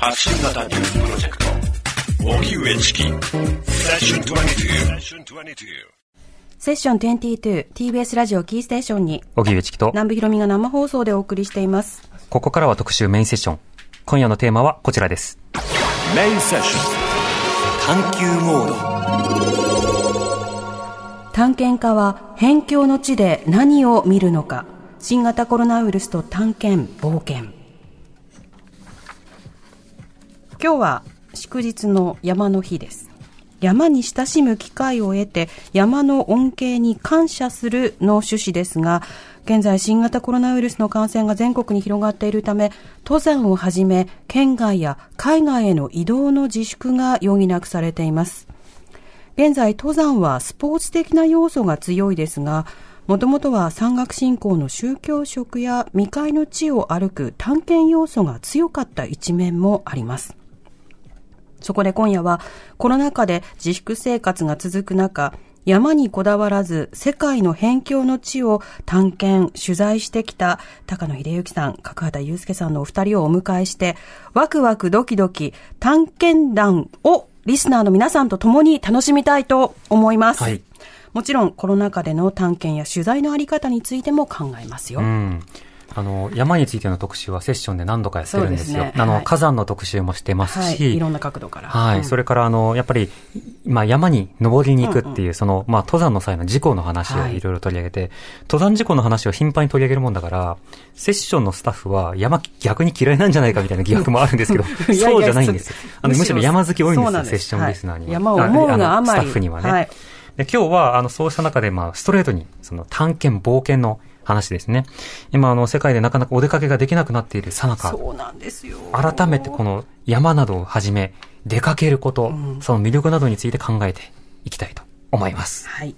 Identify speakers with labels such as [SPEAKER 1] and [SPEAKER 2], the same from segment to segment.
[SPEAKER 1] 発信型ニュースプロジェクト荻上チキセッション22
[SPEAKER 2] セッション 22TBS ラジオキーステーションに
[SPEAKER 3] 荻上チキと、
[SPEAKER 2] 南部ひろみが生放送でお送りしています。
[SPEAKER 3] ここからは特集メインセッション。今夜のテーマはこちらです。
[SPEAKER 1] メインセッション探求モー
[SPEAKER 2] 探検家は辺境の地で何を見るのか。新型コロナウイルスと探検、冒険。今日は祝日の山の日です。山に親しむ機会を得て山の恩恵に感謝するの趣旨ですが現在新型コロナウイルスの感染が全国に広がっているため登山をはじめ県外や海外への移動の自粛が余儀なくされています現在登山はスポーツ的な要素が強いですがもともとは山岳信仰の宗教色や未開の地を歩く探検要素が強かった一面もありますそこで今夜はコロナ禍で自粛生活が続く中、山にこだわらず世界の辺境の地を探検、取材してきた高野秀幸さん、角畑祐介さんのお二人をお迎えして、ワクワクドキドキ探検団をリスナーの皆さんと共に楽しみたいと思います。
[SPEAKER 3] はい
[SPEAKER 2] もちろんコロナ禍での探検や取材のあり方についても考えますよ。
[SPEAKER 3] うん。あの、山についての特集はセッションで何度かやってるんですよ。
[SPEAKER 2] そうですね
[SPEAKER 3] あの、
[SPEAKER 2] はい
[SPEAKER 3] 火山の特集もしてます
[SPEAKER 2] はい。
[SPEAKER 3] し、
[SPEAKER 2] いろんな角度から。
[SPEAKER 3] はい、
[SPEAKER 2] うん
[SPEAKER 3] それから、あの、やっぱり、まあ、山に登りに行くっていう、その、まあ、登山の際の事故の話を
[SPEAKER 2] はい
[SPEAKER 3] いろいろ取り上げて、登山事故の話を頻繁に取り上げるもんだから、セッションのスタッフは山逆に嫌いなんじゃないかみたいな疑惑もあるんですけど、
[SPEAKER 2] いやいや
[SPEAKER 3] そうじゃないんですよ。あの、
[SPEAKER 2] むしろ
[SPEAKER 3] むしろ山好き多いんで
[SPEAKER 2] そうな
[SPEAKER 3] すよ、
[SPEAKER 2] んです
[SPEAKER 3] セッションリスナーに
[SPEAKER 2] は
[SPEAKER 3] は。
[SPEAKER 2] い山を思うが
[SPEAKER 3] あの
[SPEAKER 2] あまり
[SPEAKER 3] スタッフにはね。
[SPEAKER 2] はい
[SPEAKER 3] で今日は、あの、そうした中で、まあ、ストレートに、その、探検、冒険の話ですね。今、あの、世界でなかなかお出かけができなくなっているさなか、
[SPEAKER 2] そうなんですよ。
[SPEAKER 3] 改めてこの山などをはじめ、出かけること、その魅力などについて考えていきたいと思います。
[SPEAKER 2] はい。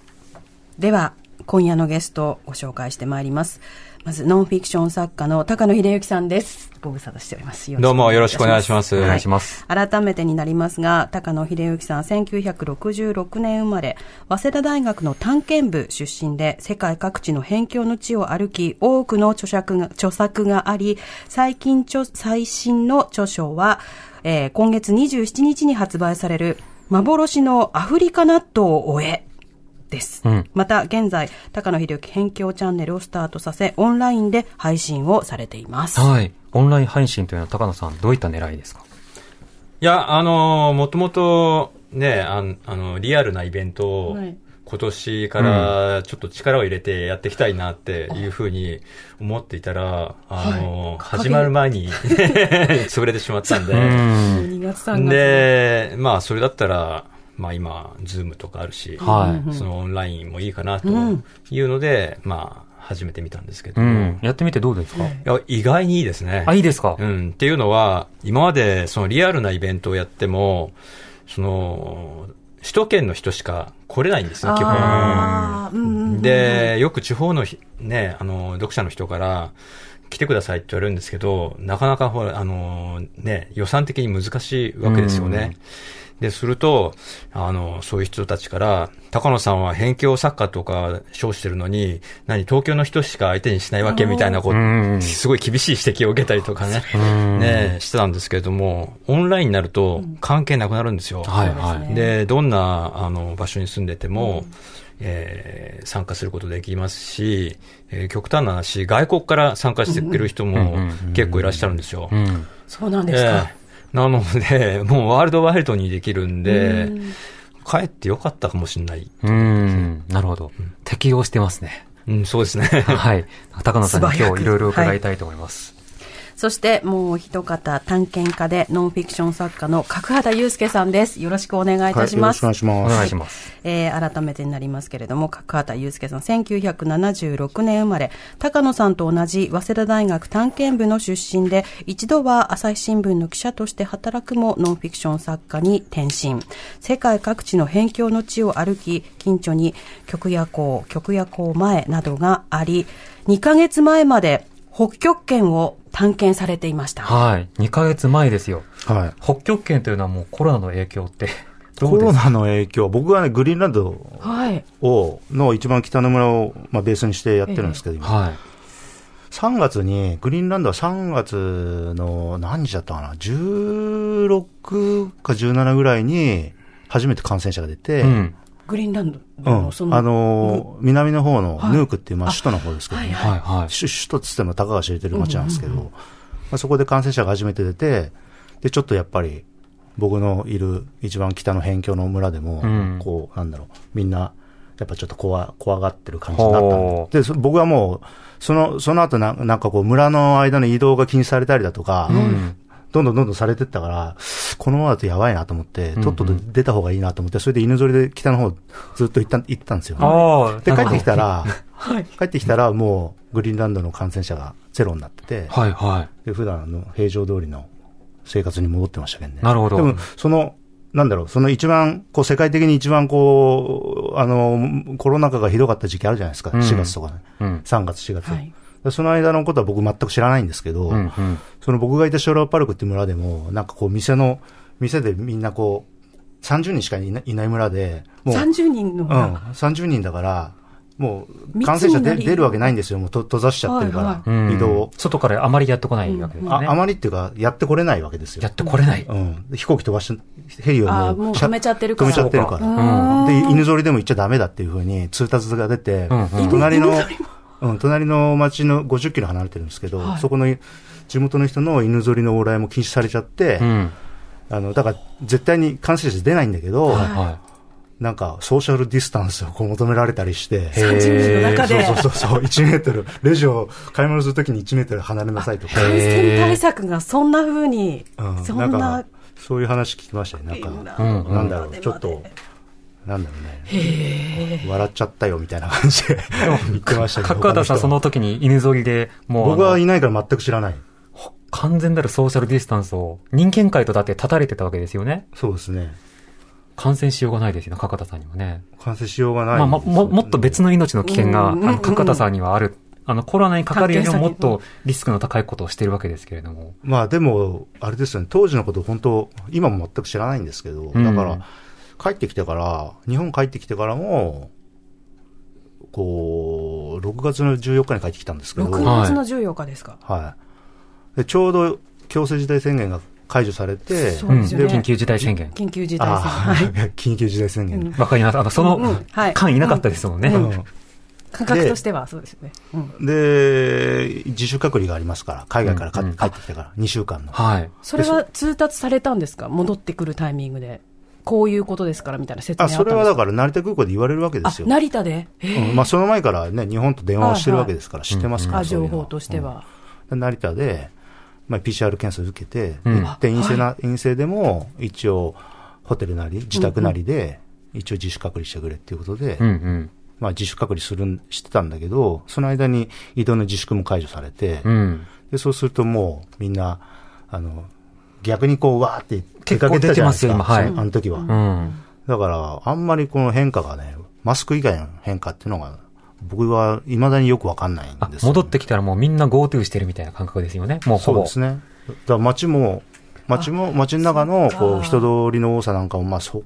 [SPEAKER 2] では、今夜のゲストをご紹介してまいります。まず、ノンフィクション作家の高野秀幸さんです。ご無沙汰しております。
[SPEAKER 4] どうもよろしくお願いします
[SPEAKER 3] お願いします
[SPEAKER 2] はい改めてになりますが、高野秀幸さん、1966年生まれ、早稲田大学の探検部出身で、世界各地の辺境の地を歩き、多くの著作が著作があり、最近著、最新の著書は、えー今月27日に発売される、幻のアフリカ納豆を終え、です。
[SPEAKER 3] うん
[SPEAKER 2] また、現在、高野秀幸辺境チャンネルをスタートさせ、オンラインで配信をされています。
[SPEAKER 3] はい。オンライン配信というのは高野さん、どういった狙いですか
[SPEAKER 4] いや、あのもともと、ね、あんあの、リアルなイベントを
[SPEAKER 2] はい、
[SPEAKER 4] 今年からちょっと力を入れてやっていきたいなっていうふうに思っていたら、あの始まる前に 潰れてしまったんで、
[SPEAKER 3] うん。
[SPEAKER 2] 2月
[SPEAKER 4] で、まあ、それだったら、まあ今、ズームとかあるし、
[SPEAKER 3] は
[SPEAKER 4] そのオンラインもいいかなというので、まあ、始めてみたんですけ
[SPEAKER 3] い。
[SPEAKER 4] ど、
[SPEAKER 3] う
[SPEAKER 4] い
[SPEAKER 3] ん。やってみてどうですか
[SPEAKER 4] や意外にいいですね。
[SPEAKER 3] あ、いいですか
[SPEAKER 4] うん、っていうのは、今までそのリアルなイベントをやっても、その、首都圏の人しか来れないんですね、基本。
[SPEAKER 2] あーうんうんうん
[SPEAKER 4] で、よく地方のひね、あの、読者の人から、来てくださいって言われるんですけど、なかなかほら、あの、ね、予算的に難しいわけですよね。で、すると、あの、そういう人たちから、高野さんは辺境作家とか称してるのに、何、東京の人しか相手にしないわけみたいなこ
[SPEAKER 3] うん
[SPEAKER 4] と、すごい厳しい指摘を受けたりとかね、ね、してたんですけれども、オンラインになると関係なくなるんですよ。
[SPEAKER 3] はい、はい。
[SPEAKER 4] で、どんなあの場所に住んでても、えー参加することできますし、えー極端な話、外国から参加してくれる人も結構いらっしゃるんですよ。
[SPEAKER 3] うん。
[SPEAKER 2] そうなんですか。
[SPEAKER 4] ええなので、 もうワールドワイルドにできるんで、帰ってよかったかもしれない。
[SPEAKER 3] うん。なるほど。適応してますね。
[SPEAKER 4] うん、そうですね。
[SPEAKER 3] はい。高野さんに今日いろいろ伺いたいと思います。
[SPEAKER 2] そしてもう一方、探検家でノンフィクション作家の角畑祐介さんです。よろしくお願いいたします。
[SPEAKER 5] はい、よろしくお願
[SPEAKER 3] お
[SPEAKER 5] いします。
[SPEAKER 3] 願いします。
[SPEAKER 2] えー改めてになりますけれども、角畑祐介さん、1976年生まれ、高野さんと同じ早稲田大学探検部の出身で、一度は朝日新聞の記者として働くも、ノンフィクション作家に転身。世界各地の辺境の地を歩き、近所に極夜行、極夜行前などがあり、2ヶ月前まで北極圏を探検されていました。
[SPEAKER 3] はい。2ヶ月前ですよ。
[SPEAKER 5] はい。
[SPEAKER 3] 北極圏というのはもうコロナの影響って、ど
[SPEAKER 5] コ
[SPEAKER 3] うで
[SPEAKER 5] ロ
[SPEAKER 3] すか
[SPEAKER 5] ナの影響、僕はね、グリーンランド
[SPEAKER 2] はい。
[SPEAKER 5] を、の一番北の村を、まあ、ベースにしてやってるんですけど、今
[SPEAKER 3] はい。
[SPEAKER 5] 3月に、グリーンランドは3月の何日だったかな、16か17ぐらいに、初めて感染者が出て、
[SPEAKER 3] うん。
[SPEAKER 2] グリーンランド
[SPEAKER 5] うん
[SPEAKER 2] のその、
[SPEAKER 5] あのー南の方のヌークっていう、まあ、首都の方ですけどね、
[SPEAKER 2] はい
[SPEAKER 3] はいはい。
[SPEAKER 5] 首首都っつってもたかが知れてる街なんですけど、まあ、そこで感染者が初めて出て、で、ちょっとやっぱり、僕のいる一番北の辺境の村でも、
[SPEAKER 3] うん
[SPEAKER 5] こう、なんだろう、みんな、やっぱちょっと怖怖がってる感じになったん
[SPEAKER 3] ほ
[SPEAKER 5] で、でそ僕はもう、その、その後ななんかこう、村の間の移動が禁止されたりだとか、
[SPEAKER 3] うん。
[SPEAKER 5] どんどんどんどんされてったから、このままだとやばいなと思って、とっとと出た方がいいなと思って、それで犬ぞりで北の方ずっと行った、行ったんですよ。
[SPEAKER 3] ああ、
[SPEAKER 5] で、帰ってきた
[SPEAKER 3] ら。
[SPEAKER 5] ら、
[SPEAKER 2] はい。
[SPEAKER 5] 帰ってきたらもうグリーンランドの感染者がゼロになってて、
[SPEAKER 3] はいは
[SPEAKER 5] で普段の平常通りの生活に戻ってましたけどね。
[SPEAKER 3] い。なるほど。
[SPEAKER 5] でも、その、なんだろう、その一番、こう、世界的に一番、こう、あの、コロナ禍がひどかった時期あるじゃないですか。
[SPEAKER 3] うん
[SPEAKER 5] 4月とかね。
[SPEAKER 3] うん。
[SPEAKER 5] 3月、4月。
[SPEAKER 2] はい。
[SPEAKER 5] でその間のことは僕全く知らないんですけど、
[SPEAKER 3] うんうん。
[SPEAKER 5] その僕がいたショーラーパルクって村でも、なんかこう、店の、店でみんなこう、30人しかいないいない村で、もう、
[SPEAKER 2] 30人の
[SPEAKER 5] う
[SPEAKER 2] 方
[SPEAKER 5] ん、30人だから、もう
[SPEAKER 2] 密
[SPEAKER 5] 感染者
[SPEAKER 2] にな
[SPEAKER 5] で
[SPEAKER 2] り
[SPEAKER 5] 出るわけないんですよ、もうと閉ざしちゃってるから、
[SPEAKER 2] は
[SPEAKER 3] うん
[SPEAKER 5] 移動を、
[SPEAKER 3] 外からあまりやってこないわけですね。
[SPEAKER 5] あ。あまりっていうか、やってこれないわけですよ
[SPEAKER 3] やっ。てこれない。
[SPEAKER 5] うん、飛行機飛ばして、ヘリを
[SPEAKER 2] あ
[SPEAKER 5] も
[SPEAKER 2] ー
[SPEAKER 5] う
[SPEAKER 2] もう
[SPEAKER 5] しゃ
[SPEAKER 2] 止めちゃってるから
[SPEAKER 5] 止めちゃってるか
[SPEAKER 2] う
[SPEAKER 5] ら。
[SPEAKER 2] ん
[SPEAKER 5] で、犬ぞりでも行っちゃダメだっていうふうに通達が出て、
[SPEAKER 3] うんうん
[SPEAKER 5] 隣の、うん、隣の町の50キロ離れてるんですけど、そこの地元の人の犬ぞりの往来も禁止されちゃって、
[SPEAKER 3] うん。
[SPEAKER 5] あの、だから絶対に感染者出ないんだけど、
[SPEAKER 3] はいは
[SPEAKER 5] なんか、ソーシャルディスタンスをこう求められたりして、
[SPEAKER 3] い。
[SPEAKER 2] 30人の中で
[SPEAKER 5] そうそうそうそう、1メートル、レジを買い物するときに1メートル離れなさいとか、
[SPEAKER 2] 感染対策がそんな風に、
[SPEAKER 5] うん
[SPEAKER 2] そ
[SPEAKER 5] なん
[SPEAKER 2] んな
[SPEAKER 5] か、そういう話聞きましたね、なんか、
[SPEAKER 3] うんうん
[SPEAKER 5] なんだろう、ちょっと、なんだろうね、笑っちゃったよみたいな感じで言ってましたけど、
[SPEAKER 3] 角畑さん、
[SPEAKER 5] 他
[SPEAKER 3] そ
[SPEAKER 5] の人は
[SPEAKER 3] の時に犬ぞりで、もう、
[SPEAKER 5] 僕
[SPEAKER 3] あ
[SPEAKER 5] は
[SPEAKER 3] の
[SPEAKER 5] いないから全く知らない、
[SPEAKER 3] 完全なるソーシャルディスタンスを人間界とだって立たれてたわけですよね。
[SPEAKER 5] そうですね、
[SPEAKER 3] 感染しようがないですよね、角田さんにもね。
[SPEAKER 5] 完成しようがない、
[SPEAKER 3] まあ、まも、もっと別の命の危険が、あの、角田さんにはある。あの、コロナにかかるよりももっとリスクの高いことをしているわけですけれども。
[SPEAKER 5] まあでも、あれですよね、当時のこと、本当、今も全く知らないんですけど、
[SPEAKER 3] うん。
[SPEAKER 5] だから、帰ってきてから、日本帰ってきてからも、こう、6月の14日に帰ってきたんですけど、
[SPEAKER 2] 6
[SPEAKER 5] は
[SPEAKER 2] 月の14日ですか。
[SPEAKER 5] いでちょうど強制事態宣言が解除されて、
[SPEAKER 2] そううんですよね
[SPEAKER 3] 緊急事態宣言。
[SPEAKER 2] 緊急事態宣
[SPEAKER 5] あ
[SPEAKER 2] 言。
[SPEAKER 5] あ、緊急事態宣言。
[SPEAKER 3] わかります。あの、そ
[SPEAKER 2] うんう
[SPEAKER 3] の
[SPEAKER 2] んはい、
[SPEAKER 3] 間いなかったですもんね。
[SPEAKER 5] うん
[SPEAKER 2] 感覚としてはそうですよね。うん
[SPEAKER 5] で、自主隔離がありますから、海外からか
[SPEAKER 3] うんうん
[SPEAKER 5] 帰ってきてから、2週間の。
[SPEAKER 3] はい。
[SPEAKER 2] それは通達されたんですか戻ってくるタイミングで。こういうことですからみたいな説明あ
[SPEAKER 5] あ、
[SPEAKER 2] ったん
[SPEAKER 5] そ
[SPEAKER 2] で
[SPEAKER 5] れ
[SPEAKER 2] すか
[SPEAKER 5] はだから、成田空港で言われるわけです
[SPEAKER 2] あ
[SPEAKER 5] よ、。
[SPEAKER 2] 成田でえ
[SPEAKER 5] うんまあ、その前からね、日本と電話をしてるわけですから、知ってますから、
[SPEAKER 2] あ、
[SPEAKER 5] そう
[SPEAKER 2] 情
[SPEAKER 5] いうの
[SPEAKER 2] 報として。は。
[SPEAKER 5] うん成田で、まあ、PCR 検査受けて、
[SPEAKER 3] うん
[SPEAKER 5] で陰性な、陰性でも、一応、ホテルなり、自宅なりで、一応自主隔離してくれっていうことで、
[SPEAKER 3] うんうん。
[SPEAKER 5] まあ、自主隔離するん、してたんだけど、その間に移動の自粛も解除されて、
[SPEAKER 3] うん。
[SPEAKER 5] で、そうするともう、みんな、あの、逆にこう、わーって出
[SPEAKER 3] 結構
[SPEAKER 5] かけてたじゃないですか。
[SPEAKER 3] 出てますよ今はい
[SPEAKER 5] そのあの時は。
[SPEAKER 3] うん。
[SPEAKER 5] だから、あんまりこの変化がね、マスク以外の変化っていうのが、僕は未だによくわかんないん
[SPEAKER 3] あ
[SPEAKER 5] です、よね
[SPEAKER 3] 戻ってきたらもうみんな GoTo してるみたいな感覚ですよね。もうほ
[SPEAKER 5] そう
[SPEAKER 3] ぼ
[SPEAKER 5] で。すね。だから街も、街も、街の中のこう人通りの多さなんかも、まあそ、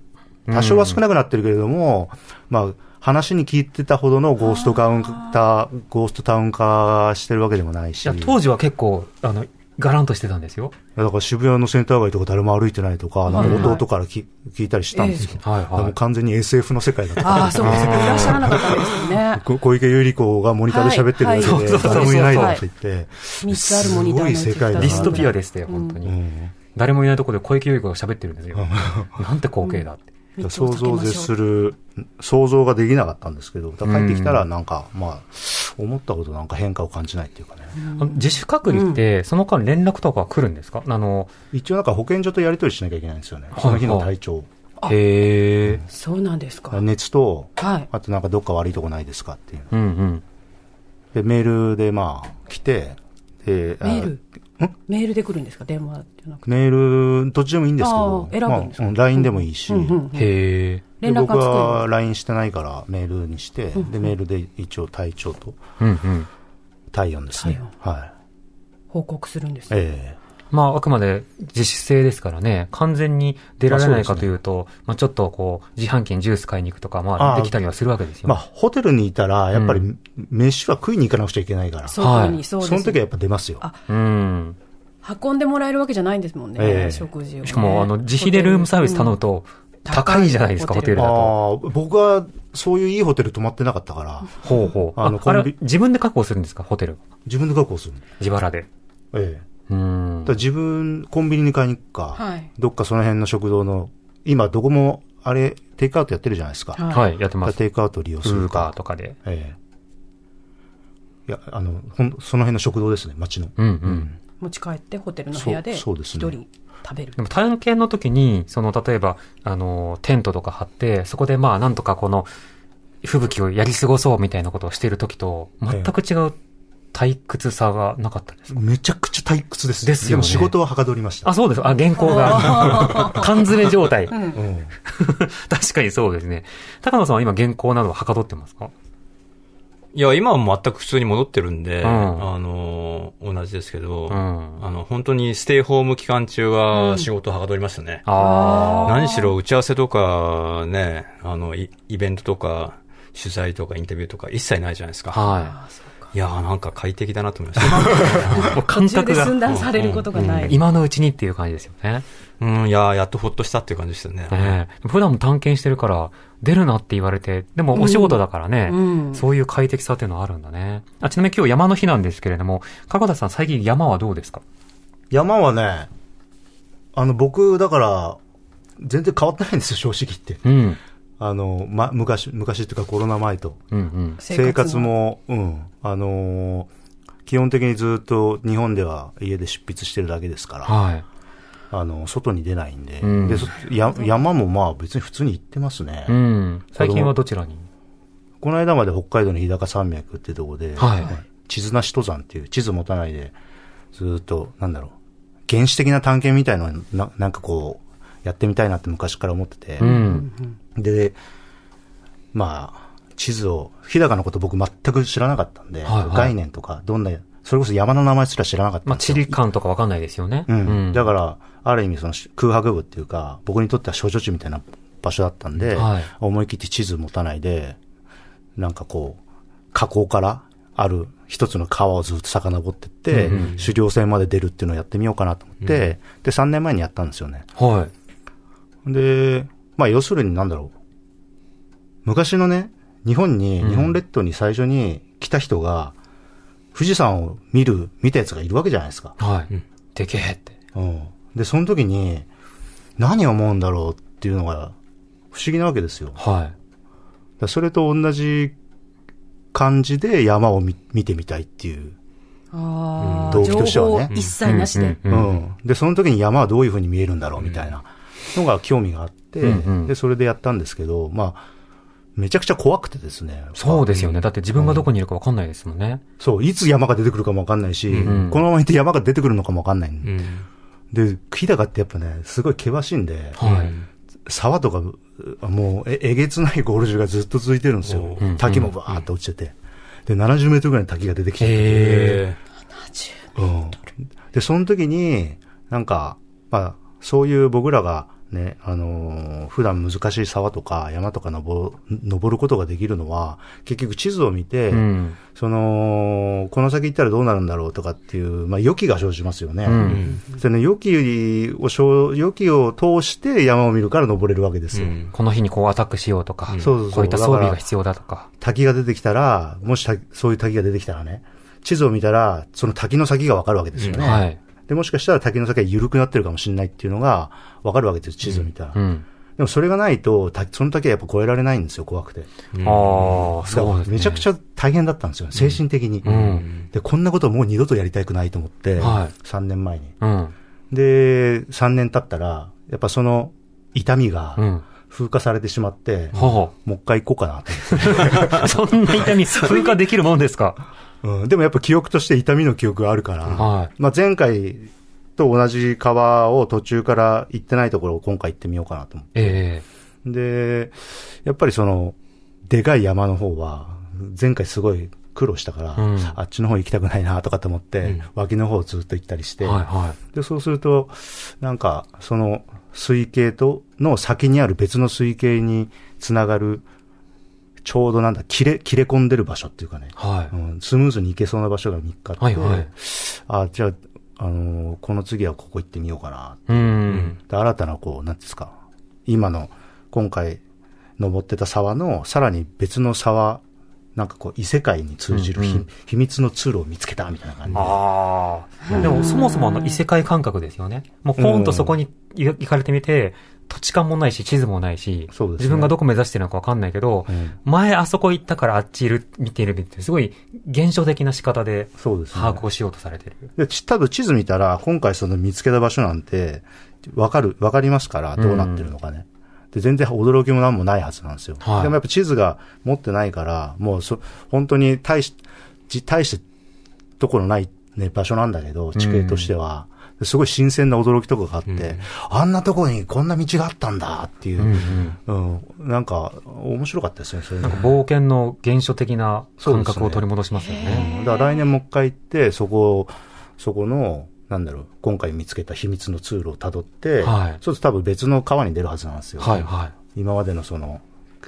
[SPEAKER 5] 多少は少なくなってるけれども、まあ、話に聞いてたほどのゴーストタウン化、ゴーストタウン化してるわけでもないし、
[SPEAKER 3] いや、当時は結構、あの、ガランとしてたんですよ。
[SPEAKER 5] だから渋谷のセンター街とか誰も歩いてないとか、なん
[SPEAKER 2] はいは
[SPEAKER 5] か
[SPEAKER 2] い
[SPEAKER 5] 弟からき聞いたりしたんですけど、
[SPEAKER 3] はい
[SPEAKER 5] で
[SPEAKER 3] は
[SPEAKER 5] も
[SPEAKER 3] い。
[SPEAKER 5] 完全に SF の世界だと
[SPEAKER 2] ああ、 そうですね。いらっしゃらなかったですよね。
[SPEAKER 5] こ小池百合子がモニターで喋ってるだ
[SPEAKER 2] はい
[SPEAKER 5] け
[SPEAKER 2] はい
[SPEAKER 5] で、誰もいないだろうって言って、
[SPEAKER 2] 3つあるモニターのうち
[SPEAKER 5] すごい世界だな
[SPEAKER 3] ディストピア
[SPEAKER 2] で。
[SPEAKER 3] でしたよ、本当に。
[SPEAKER 5] うん
[SPEAKER 3] 誰もいないところで小池百合子が喋ってるんです よ。なんて光景だって。
[SPEAKER 2] 三つを
[SPEAKER 5] 想
[SPEAKER 2] 避け
[SPEAKER 5] 像を
[SPEAKER 2] ましょう
[SPEAKER 5] 絶する、想像ができなかったんですけど、だから帰ってきたらなんか、まあ、思ったほどなんか変化を感じないっていうかね。
[SPEAKER 3] あの自主隔離って、その間連絡とかは来るんですかあの、
[SPEAKER 5] 一応なんか保健所とやり取りしなきゃいけないんですよね。その日の体調。
[SPEAKER 3] へえ。
[SPEAKER 6] そうなんですか。
[SPEAKER 5] 熱と、
[SPEAKER 6] はい。
[SPEAKER 5] あとなんかどっか悪いとこないですかっていう。
[SPEAKER 3] うんうん。
[SPEAKER 5] で、メールでまあ来て、で、あ
[SPEAKER 6] メールメールで来るんですか電話じゃなくて。
[SPEAKER 5] メール、どっちでもいいんですけど
[SPEAKER 6] あ、ー選ぶんですか
[SPEAKER 5] まあうん、LINE でもいいし、
[SPEAKER 6] うんうんうん
[SPEAKER 3] へえ。
[SPEAKER 5] で
[SPEAKER 6] 連絡
[SPEAKER 5] 僕
[SPEAKER 6] がつ
[SPEAKER 5] は LINE してないからメールにして、で、メールで一応体調と
[SPEAKER 3] うんうん。
[SPEAKER 5] 体温ですね。はい。
[SPEAKER 6] く報告するんです。
[SPEAKER 5] え
[SPEAKER 3] まあ、あくまで自主性ですからね、完全に出られないかというと、まあ、ちょっとこう、自販機にジュース買いに行くとか、まあ、
[SPEAKER 5] あー
[SPEAKER 3] できたりはするわけです
[SPEAKER 5] え
[SPEAKER 3] よ。
[SPEAKER 5] まあ、ホテルにいたら、やっぱり、飯は食いに行かなくちゃいけないから、そ
[SPEAKER 6] そう
[SPEAKER 3] は
[SPEAKER 6] に
[SPEAKER 3] い
[SPEAKER 6] そうです
[SPEAKER 5] の時はやっぱ出ますよ。
[SPEAKER 6] あ
[SPEAKER 3] うん。
[SPEAKER 6] 運んでもらえるわけじゃないんですもんね、
[SPEAKER 5] ええ
[SPEAKER 6] 食事をね、
[SPEAKER 3] しかも、あの、自費でルームサービス頼むと、高いじゃないですか、ホ
[SPEAKER 6] 高い
[SPEAKER 3] テル
[SPEAKER 5] あ
[SPEAKER 3] だと。
[SPEAKER 5] あー、僕はそういういいホテル泊まってなかったから、
[SPEAKER 3] ほうほう。あ
[SPEAKER 5] あの
[SPEAKER 3] あ
[SPEAKER 5] コンビ
[SPEAKER 3] あれ自分で確保するんですか、ホテル。
[SPEAKER 5] 自分で確保する。
[SPEAKER 3] 自腹で。
[SPEAKER 5] ええ。
[SPEAKER 3] うん
[SPEAKER 5] だか。ら自分、コンビニに買いに行くか、
[SPEAKER 6] はい
[SPEAKER 5] どっかその辺の食堂の、今どこも、あれ、テイクアウトやってるじゃないですか。だか
[SPEAKER 6] はい
[SPEAKER 3] はい、やってま
[SPEAKER 5] ら
[SPEAKER 3] す。
[SPEAKER 5] テイクアウト利用
[SPEAKER 3] ウ
[SPEAKER 5] す
[SPEAKER 3] ー
[SPEAKER 5] る
[SPEAKER 3] バー
[SPEAKER 5] か。
[SPEAKER 3] とかで。
[SPEAKER 5] ええ。いや、あの、ほんその辺の食堂ですね、街の。
[SPEAKER 3] うんうん。
[SPEAKER 6] 持ち帰ってホテルの部屋で
[SPEAKER 5] そうそう
[SPEAKER 6] 一
[SPEAKER 5] です
[SPEAKER 6] 人
[SPEAKER 5] ね
[SPEAKER 6] 食べる
[SPEAKER 3] でも体験の時に、その、例えば、あの、テントとか張って、そこでまあ、なんとかこの、吹雪をやり過ごそうみたいなことをしている時と、全く違う退屈さがなかったですか、
[SPEAKER 5] めちゃくちゃ退屈です。
[SPEAKER 3] ですよね
[SPEAKER 5] も仕事ははかどりました。
[SPEAKER 3] あ、そうです。あ、原稿が。缶詰状態。
[SPEAKER 5] うん。
[SPEAKER 3] 確かにそうですね。高野さんは今原稿などはかどってますか
[SPEAKER 4] いや、今は全く普通に戻ってるんで、
[SPEAKER 3] うん
[SPEAKER 4] あのー、同じですけど、
[SPEAKER 3] うん。
[SPEAKER 4] あの、本当にステイホーム期間中は仕事はかどりましたね。
[SPEAKER 3] あ
[SPEAKER 4] 何しろ打ち合わせとか、ね、あの、イイベントとか、取材とかインタビューとか一切ないじゃないですか。
[SPEAKER 3] あ。はい
[SPEAKER 4] やーなんか快適だなと思いま した。
[SPEAKER 3] い。もう感
[SPEAKER 6] 途中
[SPEAKER 3] 覚
[SPEAKER 6] で
[SPEAKER 3] が。
[SPEAKER 6] 寸断されることがない、
[SPEAKER 3] うん今のうちにっていう感じですよね。
[SPEAKER 4] うん、いやーやっとほっとしたっていう感じでしたね。
[SPEAKER 3] ねえ普段探検してるから、出るなって言われて、でもお仕事だからね、
[SPEAKER 6] うん
[SPEAKER 3] そういう快適さっていうのはあるんだね。あちなみに今日山の日なんですけれども、加古田さん最近山はどうですか
[SPEAKER 5] 山はね、あの、僕、だから、全然変わってないんですよ、正直言って。
[SPEAKER 3] うん。
[SPEAKER 5] あの、ま、昔、昔っていうかコロナ前と。
[SPEAKER 3] うんうん。
[SPEAKER 5] 生活も、うん。あのー基本的にずっと日本では家で執筆してるだけですから、
[SPEAKER 3] はい。
[SPEAKER 5] あの、外に出ないんで、
[SPEAKER 3] うん
[SPEAKER 5] でそや山もまあ別に普通に行ってますね。
[SPEAKER 3] うん。最近はどちらに
[SPEAKER 5] この間まで北海道の日高山脈ってとこで、
[SPEAKER 3] はい
[SPEAKER 5] 地図なし登山っていう地図持たないで、ずっと、なんだろう、原始的な探検みたいのをな、なんかこう、やってみたいなって昔から思ってて、
[SPEAKER 3] うん。
[SPEAKER 5] で、まあ、地図を、日高のこと僕全く知らなかったんで、
[SPEAKER 3] はいはい
[SPEAKER 5] 概念とか、どんな、それこそ山の名前すら知らなかった
[SPEAKER 3] ま
[SPEAKER 5] ん
[SPEAKER 3] あ、
[SPEAKER 5] です
[SPEAKER 3] 地
[SPEAKER 5] よ。
[SPEAKER 3] 理感とかわかんないですよね。
[SPEAKER 5] うん。だ
[SPEAKER 3] か
[SPEAKER 5] から、ある意味その空白部っていうか、僕にとっては少女地みたいな場所だったんで、
[SPEAKER 3] はい
[SPEAKER 5] 思い切って地図持たないで、なんかこう、河口からある一つの川をずっと遡ってって、狩猟船まで出るっていうのをやってみようかなと思って、で、3年前にやったんですよね。
[SPEAKER 3] ら。はい。
[SPEAKER 5] で、まあ要するになんだろう。昔のね、日本に、日本列島に最初に来た人が、富士山を見る、見たやつがいるわけじゃないですか。
[SPEAKER 3] はい。でけえって。
[SPEAKER 5] うん。で、その時に、何を思うんだろうっていうのが、不思議なわけですよ。だか
[SPEAKER 3] はい。
[SPEAKER 5] らそれと同じ感じで山を見見てみたいっていう。
[SPEAKER 6] あー
[SPEAKER 5] 動機としてはね
[SPEAKER 6] 情報一切なしで、
[SPEAKER 3] うん
[SPEAKER 5] うん。で、その時に山はどういう風に見えるんだろうみたいなのが興味があって、
[SPEAKER 3] うんうん
[SPEAKER 5] で、それでやったんですけど、まあ、めちゃくちゃ怖くてですね。
[SPEAKER 3] そうですよね。だって自分がどこにいるかわかんないですもんね。
[SPEAKER 5] そう、いつ山が出てくるかもわかんないし、
[SPEAKER 3] うん
[SPEAKER 5] このまま行って山が出てくるのかもわかんない、
[SPEAKER 4] うん。
[SPEAKER 5] で、日高ってやっぱね、すごい険しいんで、
[SPEAKER 3] はい。
[SPEAKER 5] 沢とか、うもうえ、えげつないゴールジュがずっと続いてるんですよ
[SPEAKER 3] うん。
[SPEAKER 5] 滝もバーって落ちてて。で、70メートルぐらいの滝が出てきて。
[SPEAKER 3] へえ。
[SPEAKER 4] え
[SPEAKER 5] うん。で、その時に、なんか、まあ、そういう僕らが、ね、あのー普段難しい沢とか山とか登登ることができるのは、結局地図を見て、
[SPEAKER 3] うん。
[SPEAKER 5] その、この先行ったらどうなるんだろうとかっていう、まあ、予期が生じますよね。
[SPEAKER 3] う。
[SPEAKER 4] ーうんん。
[SPEAKER 5] その予期を生、予期を通して山を見るから登れるわけです
[SPEAKER 4] う
[SPEAKER 5] よ。
[SPEAKER 4] ん
[SPEAKER 3] この日にこうアタックしようとか、
[SPEAKER 5] そうそうそう
[SPEAKER 3] こういった装備
[SPEAKER 5] だか
[SPEAKER 3] が
[SPEAKER 5] ら
[SPEAKER 3] 必要だとか。
[SPEAKER 5] 滝が出てきたら、もしたそういう滝が出てきたらね、地図を見たら、その滝の先がわかるわけですよね。
[SPEAKER 3] はい。
[SPEAKER 5] で、もしかしたら滝の先が緩くなってるかもしれないっていうのがわかるわけですよ、地図を見たら。
[SPEAKER 3] うん。
[SPEAKER 5] でもそれがないと、たその時はやっぱ超えられないんですよ、怖くて。
[SPEAKER 4] うん
[SPEAKER 3] ああ、そうですね。
[SPEAKER 5] めちゃくち
[SPEAKER 3] ゃ。
[SPEAKER 5] ゃ大変だったんですよ、精神的に。
[SPEAKER 3] うん
[SPEAKER 5] で、こんなこともう二度とやりたくないと思って、
[SPEAKER 3] は
[SPEAKER 5] 3年前に。
[SPEAKER 3] うん。
[SPEAKER 5] で、3年経ったら、やっぱその痛みが
[SPEAKER 3] うん。
[SPEAKER 5] 風化されてしまって、
[SPEAKER 3] は
[SPEAKER 5] もう一回行こうかなと
[SPEAKER 3] あ。そんな痛み、風化できるもんですか
[SPEAKER 5] 思って、うん。でもやっぱ記憶として痛みの記憶があるから、
[SPEAKER 3] は
[SPEAKER 5] まあ、前回と同じ川を途中から行ってないところを今回行ってみようかなと思っ
[SPEAKER 3] い。え
[SPEAKER 5] て。で、やっぱりその、でかい山の方は、前回すごい苦労したから、
[SPEAKER 3] うん
[SPEAKER 5] あっちの方行きたくないなとかと思って、
[SPEAKER 4] うん
[SPEAKER 5] 脇の方をずっと行ったりし
[SPEAKER 3] え
[SPEAKER 5] て、
[SPEAKER 3] はいは
[SPEAKER 5] で、そうすると、なんか、その、水系と、の先にある別の水系につながる、ちょうどなんだ、切れ、切れ込んでる場所っていうかね、
[SPEAKER 3] い。は
[SPEAKER 5] う
[SPEAKER 3] い。
[SPEAKER 5] ん、スムーズに行けそうな場所が3日あって、
[SPEAKER 3] はいはい。
[SPEAKER 5] あ、じゃあ、あのーこの次はここ行ってみようかな。
[SPEAKER 3] うん。
[SPEAKER 5] で、新たなこう、なんですか、今の、今回、登ってた沢の、さらに別の沢、なんかこう、異世界に通じるひ、
[SPEAKER 3] うんうん
[SPEAKER 5] 秘密の通路を見つけたみたいな感じで。
[SPEAKER 3] ああ。でもそもそもあの異世界感覚ですよね。もうポンとそこにい行かれてみて、土地勘もないし、地図もないし、
[SPEAKER 5] そうですね
[SPEAKER 3] 自分がどこ目指してるのかわかんないけど、
[SPEAKER 5] うん
[SPEAKER 3] 前あそこ行ったからあっちいる、見ているって、すごい現象的な仕方で
[SPEAKER 5] そうですね。
[SPEAKER 3] 把握をしようとされてる。
[SPEAKER 5] で、ち、多分地図見たら、今回その見つけた場所なんて、わかる、わかりますから、どうなってるのかね。で、全然驚きもなんもないはずなんですよ。
[SPEAKER 3] はい
[SPEAKER 5] でもやっぱ地図が持ってないから、もうそ、本当に大し、じ大してところない、ね、場所なんだけど、地形としては。ですごい新鮮な驚きとかがあって、あんなとこにこんな道があったんだっていうう、
[SPEAKER 3] ん
[SPEAKER 5] うん、なんか、面白かったですね、それ
[SPEAKER 3] なんか冒険の原初的な
[SPEAKER 5] そう
[SPEAKER 3] 感
[SPEAKER 5] ですね
[SPEAKER 3] 覚を取り戻しますよね。
[SPEAKER 5] だから来年もう一回行って、そこを、そこの、なんだろう、今回見つけた秘密の通路をたどって、
[SPEAKER 3] はい
[SPEAKER 5] そうすると多分別の川に出るはずなんですよ。
[SPEAKER 3] はいは
[SPEAKER 5] 今までのその、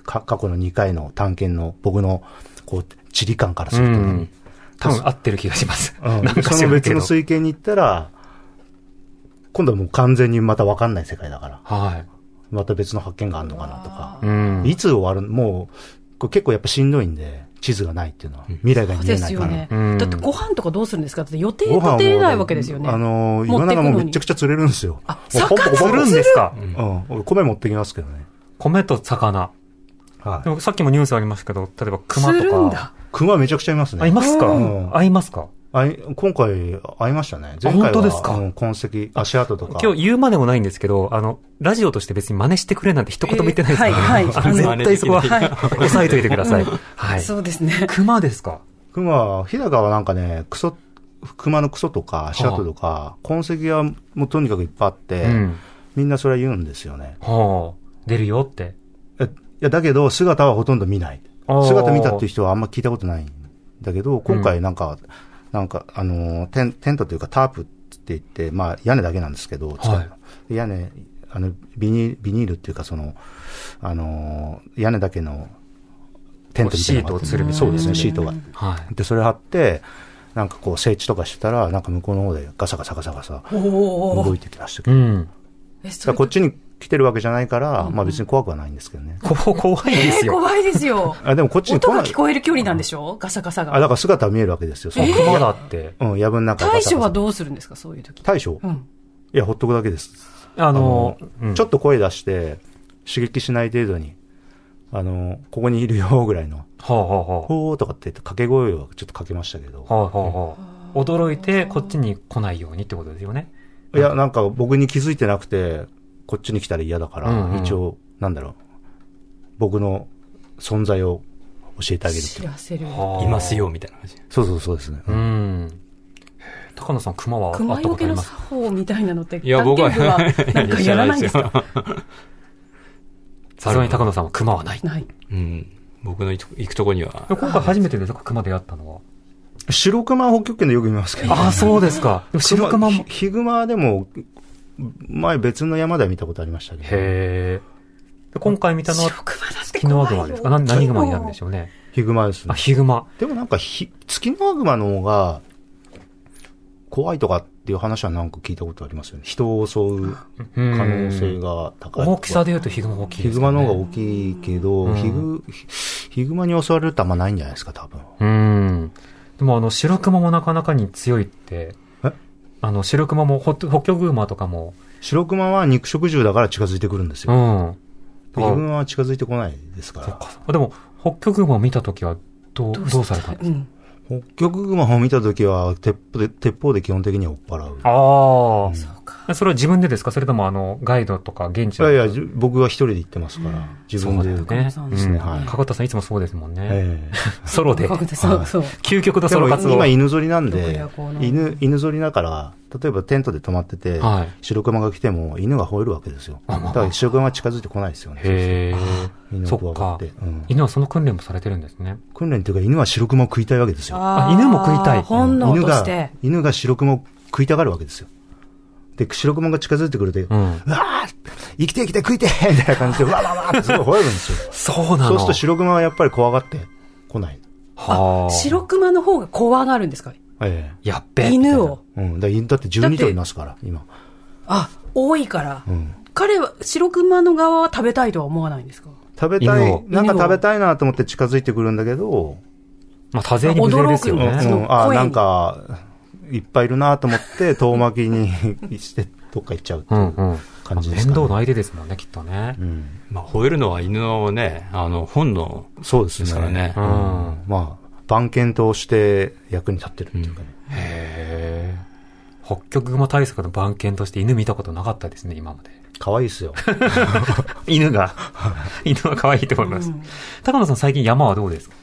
[SPEAKER 5] か過去の2回の探検の僕の、こう、地理感から
[SPEAKER 3] い。
[SPEAKER 5] す
[SPEAKER 3] う
[SPEAKER 5] るとね、
[SPEAKER 3] ん。多分合ってる気がします。
[SPEAKER 5] うん
[SPEAKER 3] なんか知
[SPEAKER 5] その
[SPEAKER 3] らん
[SPEAKER 5] 別
[SPEAKER 3] け
[SPEAKER 5] の
[SPEAKER 3] ど。
[SPEAKER 5] 水系に行ったら、今度はもう完全にまた分かんない世界だから、
[SPEAKER 3] は
[SPEAKER 5] また別の発見があるのかなとか
[SPEAKER 3] い。、うん。
[SPEAKER 5] いつ終わる、もう、これ結構やっぱしんどいんで、地図がないっていうのは、未来が
[SPEAKER 6] そう
[SPEAKER 5] 見え
[SPEAKER 6] で
[SPEAKER 5] ない
[SPEAKER 6] す
[SPEAKER 5] か
[SPEAKER 6] よ
[SPEAKER 5] ら。
[SPEAKER 6] ね、
[SPEAKER 3] うん
[SPEAKER 6] だってご飯とかどうするんですかだって予定
[SPEAKER 5] ご飯
[SPEAKER 6] 立
[SPEAKER 5] はもう
[SPEAKER 6] てれないわけですよね。
[SPEAKER 5] あのー、
[SPEAKER 6] 持
[SPEAKER 5] 今
[SPEAKER 6] って
[SPEAKER 5] 中
[SPEAKER 6] くの
[SPEAKER 5] も
[SPEAKER 6] に
[SPEAKER 5] めちゃくちゃ釣れるんですよ。
[SPEAKER 6] あ
[SPEAKER 5] もうポンポコポン
[SPEAKER 3] 釣
[SPEAKER 5] ポコ
[SPEAKER 3] るんですか
[SPEAKER 5] うん。俺米持ってきますけどね。
[SPEAKER 3] 米と魚。
[SPEAKER 5] は
[SPEAKER 3] でもさっきもニュースありましたけど、例えば熊
[SPEAKER 6] す
[SPEAKER 3] とか。
[SPEAKER 6] るんだ。
[SPEAKER 5] い。熊めちゃくちゃいます
[SPEAKER 3] あ、い
[SPEAKER 5] ね。
[SPEAKER 3] ますか、
[SPEAKER 5] うん
[SPEAKER 3] あ、いますか
[SPEAKER 5] あい今回会いましたね。前回は
[SPEAKER 3] 本当ですか
[SPEAKER 5] うん痕跡、足跡とか。
[SPEAKER 3] 今日言うまでもないんですけど、あの、ラジオとして別に真似してくれなんて一言も言ってないですから、
[SPEAKER 6] えーはいはい
[SPEAKER 3] あの絶対そこは、
[SPEAKER 4] 真似でき
[SPEAKER 3] はい押さえといてください。はい。
[SPEAKER 6] そうで すね。
[SPEAKER 3] 熊ですか
[SPEAKER 5] 熊は、日高はなんかね、クソ、熊のクソとか足跡とか、痕跡がもうとにかくいっぱいあって、
[SPEAKER 3] うん。
[SPEAKER 5] みんなそれは言うんですよね。
[SPEAKER 3] はあ、出るよって。
[SPEAKER 5] えいや、だけど姿はほとんど見ない。
[SPEAKER 3] あー
[SPEAKER 5] 姿見たっていう人はあんま聞いたことないんだけど、今回なんか、なんか、あのーテン、テントというかタープって言って、まあ屋根だけなんですけど、使う
[SPEAKER 3] はい
[SPEAKER 5] 屋根、あの、ビニール、ビニールっていうかその、あのー屋根だけのテントみたいなのがあって
[SPEAKER 3] シートを吊るみたいな
[SPEAKER 5] そうですね、シートが。
[SPEAKER 3] はい。
[SPEAKER 5] で、それ貼って、なんかこう、整地とかしてたら、なんか向こうの方でガサガサガサガサ
[SPEAKER 6] おお
[SPEAKER 5] 動
[SPEAKER 6] ー。
[SPEAKER 5] いてきましたけ
[SPEAKER 3] う
[SPEAKER 5] ど、だ
[SPEAKER 3] ん。
[SPEAKER 6] え、
[SPEAKER 5] か
[SPEAKER 6] そ
[SPEAKER 5] ら
[SPEAKER 6] れ
[SPEAKER 5] こっちに来てるわけじゃないから、まあ別に怖くはないんですけどね。
[SPEAKER 3] こ怖いです
[SPEAKER 6] えー
[SPEAKER 3] よ。
[SPEAKER 6] 怖いですよ。
[SPEAKER 5] あでもこっちに来
[SPEAKER 6] 音
[SPEAKER 5] な
[SPEAKER 6] が
[SPEAKER 5] い
[SPEAKER 6] 聞。こえる距離なんでしょガサガサ
[SPEAKER 5] あ、だ
[SPEAKER 6] が。
[SPEAKER 5] から姿は見えるわけですよ。その
[SPEAKER 3] 熊だって。
[SPEAKER 5] うん、やぶの中でガ
[SPEAKER 6] 対
[SPEAKER 5] サガサ
[SPEAKER 6] 処はどうするんですかそういう時。
[SPEAKER 5] 大将
[SPEAKER 6] うん。
[SPEAKER 5] いや、ほっとくだけです。
[SPEAKER 3] あの、うん
[SPEAKER 5] ちょっと声出して、刺激しない程度に、あの、ここにいるよ、ぐらいの、
[SPEAKER 3] はあ、は
[SPEAKER 5] ほーとかって言って掛け声をちょっとかけましたけ
[SPEAKER 3] あ、はあ、は
[SPEAKER 5] ど、
[SPEAKER 3] あ、はあ、驚いて、こっちに来ないようにってことですよね。
[SPEAKER 5] いや、なんか僕に気づいてなくて、こっちに来たら嫌だか
[SPEAKER 3] うんう
[SPEAKER 5] ら、
[SPEAKER 3] ん
[SPEAKER 5] 一応、なんだろう、僕の存在を教えてあげるって
[SPEAKER 6] 知
[SPEAKER 5] いう。
[SPEAKER 6] らせる。
[SPEAKER 3] はあ
[SPEAKER 4] います。よ、みたいな感じ。
[SPEAKER 5] そうそうそうですね。
[SPEAKER 3] う
[SPEAKER 5] うん
[SPEAKER 3] ん。へえ高野さん、熊は会
[SPEAKER 6] 熊
[SPEAKER 3] ったこ
[SPEAKER 6] よ
[SPEAKER 3] と
[SPEAKER 6] け
[SPEAKER 3] あり
[SPEAKER 6] の
[SPEAKER 3] ます
[SPEAKER 6] 作法みたいなのって、
[SPEAKER 4] いや、僕は、
[SPEAKER 6] 探検部はなんかや らないんですか
[SPEAKER 4] か
[SPEAKER 3] さすがに高野さんは熊はない。
[SPEAKER 6] ない。
[SPEAKER 4] うん。僕の行くとこには。
[SPEAKER 3] 今回初めてですか熊で会ったのは。
[SPEAKER 5] 白熊北極圏でよく見ますけど、
[SPEAKER 3] ああ、そうですか。でも白熊
[SPEAKER 5] ひ
[SPEAKER 3] も。
[SPEAKER 5] ヒグマでも、前別の山では見たことありましたけど、
[SPEAKER 3] へえ。今回見たのは、
[SPEAKER 6] 白熊だって
[SPEAKER 3] キノアグマ
[SPEAKER 6] 怖いよ
[SPEAKER 3] ですかな何グマになるんでしょうね。
[SPEAKER 5] ヒグマですね
[SPEAKER 3] あ、。ヒグマ。
[SPEAKER 5] でもなんかひ、月のアグマの方が、怖いとかっていう話はなんか聞いたことありますよね。人を襲う
[SPEAKER 3] 可
[SPEAKER 5] 可能性。が高い。
[SPEAKER 3] 大きさで言うとヒグマ大きい
[SPEAKER 5] ヒ
[SPEAKER 3] です
[SPEAKER 5] グ
[SPEAKER 3] よ
[SPEAKER 5] マ
[SPEAKER 3] ね。
[SPEAKER 5] の方が大きいけど、
[SPEAKER 3] うん
[SPEAKER 5] ヒグ、ヒヒグマに襲われるってあんまないんじゃないですか、多分。
[SPEAKER 3] うん。でもあの、白熊もなかなかに強いって
[SPEAKER 5] え。
[SPEAKER 3] あの、白熊も、ホッホッキョクグマとかも。
[SPEAKER 5] 白熊は肉食獣だから近づいてくるんです
[SPEAKER 3] う
[SPEAKER 5] よ。
[SPEAKER 3] ん。
[SPEAKER 5] 自分は近づいてこないですから。
[SPEAKER 3] あでも、北極雲を見たときは、どう、どうされたんですか
[SPEAKER 6] う
[SPEAKER 5] 北
[SPEAKER 6] ん。
[SPEAKER 5] 極熊を見たときは鉄砲で、鉄砲で基本的には追っ払う。
[SPEAKER 3] ああ。そうか。それは自分でですかそれとも、あの、ガイドとか、現地
[SPEAKER 5] い
[SPEAKER 3] の。
[SPEAKER 5] やいや、じ僕は一人で行ってますから、自分で。
[SPEAKER 3] そうだよね。。
[SPEAKER 6] そううんです
[SPEAKER 5] ねはい
[SPEAKER 3] かこたさんいつもそうですもんね。
[SPEAKER 5] え え
[SPEAKER 3] ソロで。
[SPEAKER 6] かぐたさんそう。
[SPEAKER 3] 究極の
[SPEAKER 5] で
[SPEAKER 3] ソロ
[SPEAKER 5] も
[SPEAKER 3] 活動。
[SPEAKER 5] 今犬ぞりなん
[SPEAKER 6] 毒
[SPEAKER 5] で
[SPEAKER 6] やこうの、
[SPEAKER 5] 犬、犬ぞりだから、例えばテントで泊まってて、
[SPEAKER 3] はい
[SPEAKER 5] 白熊が来ても犬が吠えるわけですよ。
[SPEAKER 3] あ
[SPEAKER 5] だ
[SPEAKER 3] まあ
[SPEAKER 5] から白熊は近づいてこないですよね。
[SPEAKER 3] へ
[SPEAKER 5] みん
[SPEAKER 3] え。
[SPEAKER 5] な
[SPEAKER 3] そ
[SPEAKER 5] 怖
[SPEAKER 3] っ
[SPEAKER 5] がっ
[SPEAKER 3] か
[SPEAKER 5] て。うん。
[SPEAKER 3] 犬はその訓練もされてるんですね。
[SPEAKER 5] 訓練というか犬は白熊を食いたいわけですよ。
[SPEAKER 3] あ犬も食いたい
[SPEAKER 6] あー本能
[SPEAKER 5] 犬
[SPEAKER 6] とし
[SPEAKER 5] が
[SPEAKER 6] て。、
[SPEAKER 5] 犬が白熊を食いたがるわけですよ。で、白熊が近づいてくれて、う
[SPEAKER 3] うん
[SPEAKER 5] わあ生きて生きて食いてえ みたいな 感じで、わわわってすごい吠えるんですよ。
[SPEAKER 3] そうな
[SPEAKER 5] そう
[SPEAKER 3] の。
[SPEAKER 5] すると白熊はやっぱり怖がって来ない。
[SPEAKER 3] はあ。
[SPEAKER 6] 白熊の方が怖がるんですか
[SPEAKER 5] え
[SPEAKER 3] やっべ。
[SPEAKER 6] 犬を。
[SPEAKER 5] え。うん。だだって
[SPEAKER 6] だっ
[SPEAKER 5] 12
[SPEAKER 6] て
[SPEAKER 5] 頭いますから、今。
[SPEAKER 6] あ、多いから。
[SPEAKER 5] うん。
[SPEAKER 6] 彼は、白熊の側は食べたいとは思わないんですか
[SPEAKER 5] 食べた
[SPEAKER 3] 犬を
[SPEAKER 5] い、なんか食べたいなと思って近づいてくるんだけど、
[SPEAKER 3] まあ、多勢に無勢ですよ
[SPEAKER 5] うん、う
[SPEAKER 6] 驚くよね
[SPEAKER 3] ね。
[SPEAKER 5] んあ
[SPEAKER 6] 声
[SPEAKER 5] あ、
[SPEAKER 6] に
[SPEAKER 5] なんか、いっぱいいるなと思って、 遠巻きにして、どっか行っちゃうって
[SPEAKER 3] う
[SPEAKER 5] い
[SPEAKER 3] ん
[SPEAKER 5] う
[SPEAKER 3] うん。
[SPEAKER 5] 感じ
[SPEAKER 3] 面
[SPEAKER 5] ですかね
[SPEAKER 3] 倒な相手ですもんね、きっとね
[SPEAKER 5] う。ん。
[SPEAKER 4] まあ、吠えるのは犬のね、あの、本能
[SPEAKER 5] そうです
[SPEAKER 4] で
[SPEAKER 5] ね。
[SPEAKER 4] すからね。
[SPEAKER 3] うん。
[SPEAKER 5] まあ、番犬として役に立ってるっていうかね。
[SPEAKER 3] へえ。北極熊対策の番犬として犬見たことなかったですね、今まで。
[SPEAKER 5] 可愛 いですよ。
[SPEAKER 3] 犬が。 犬は可愛いと思います。高野さん最近山はどうですか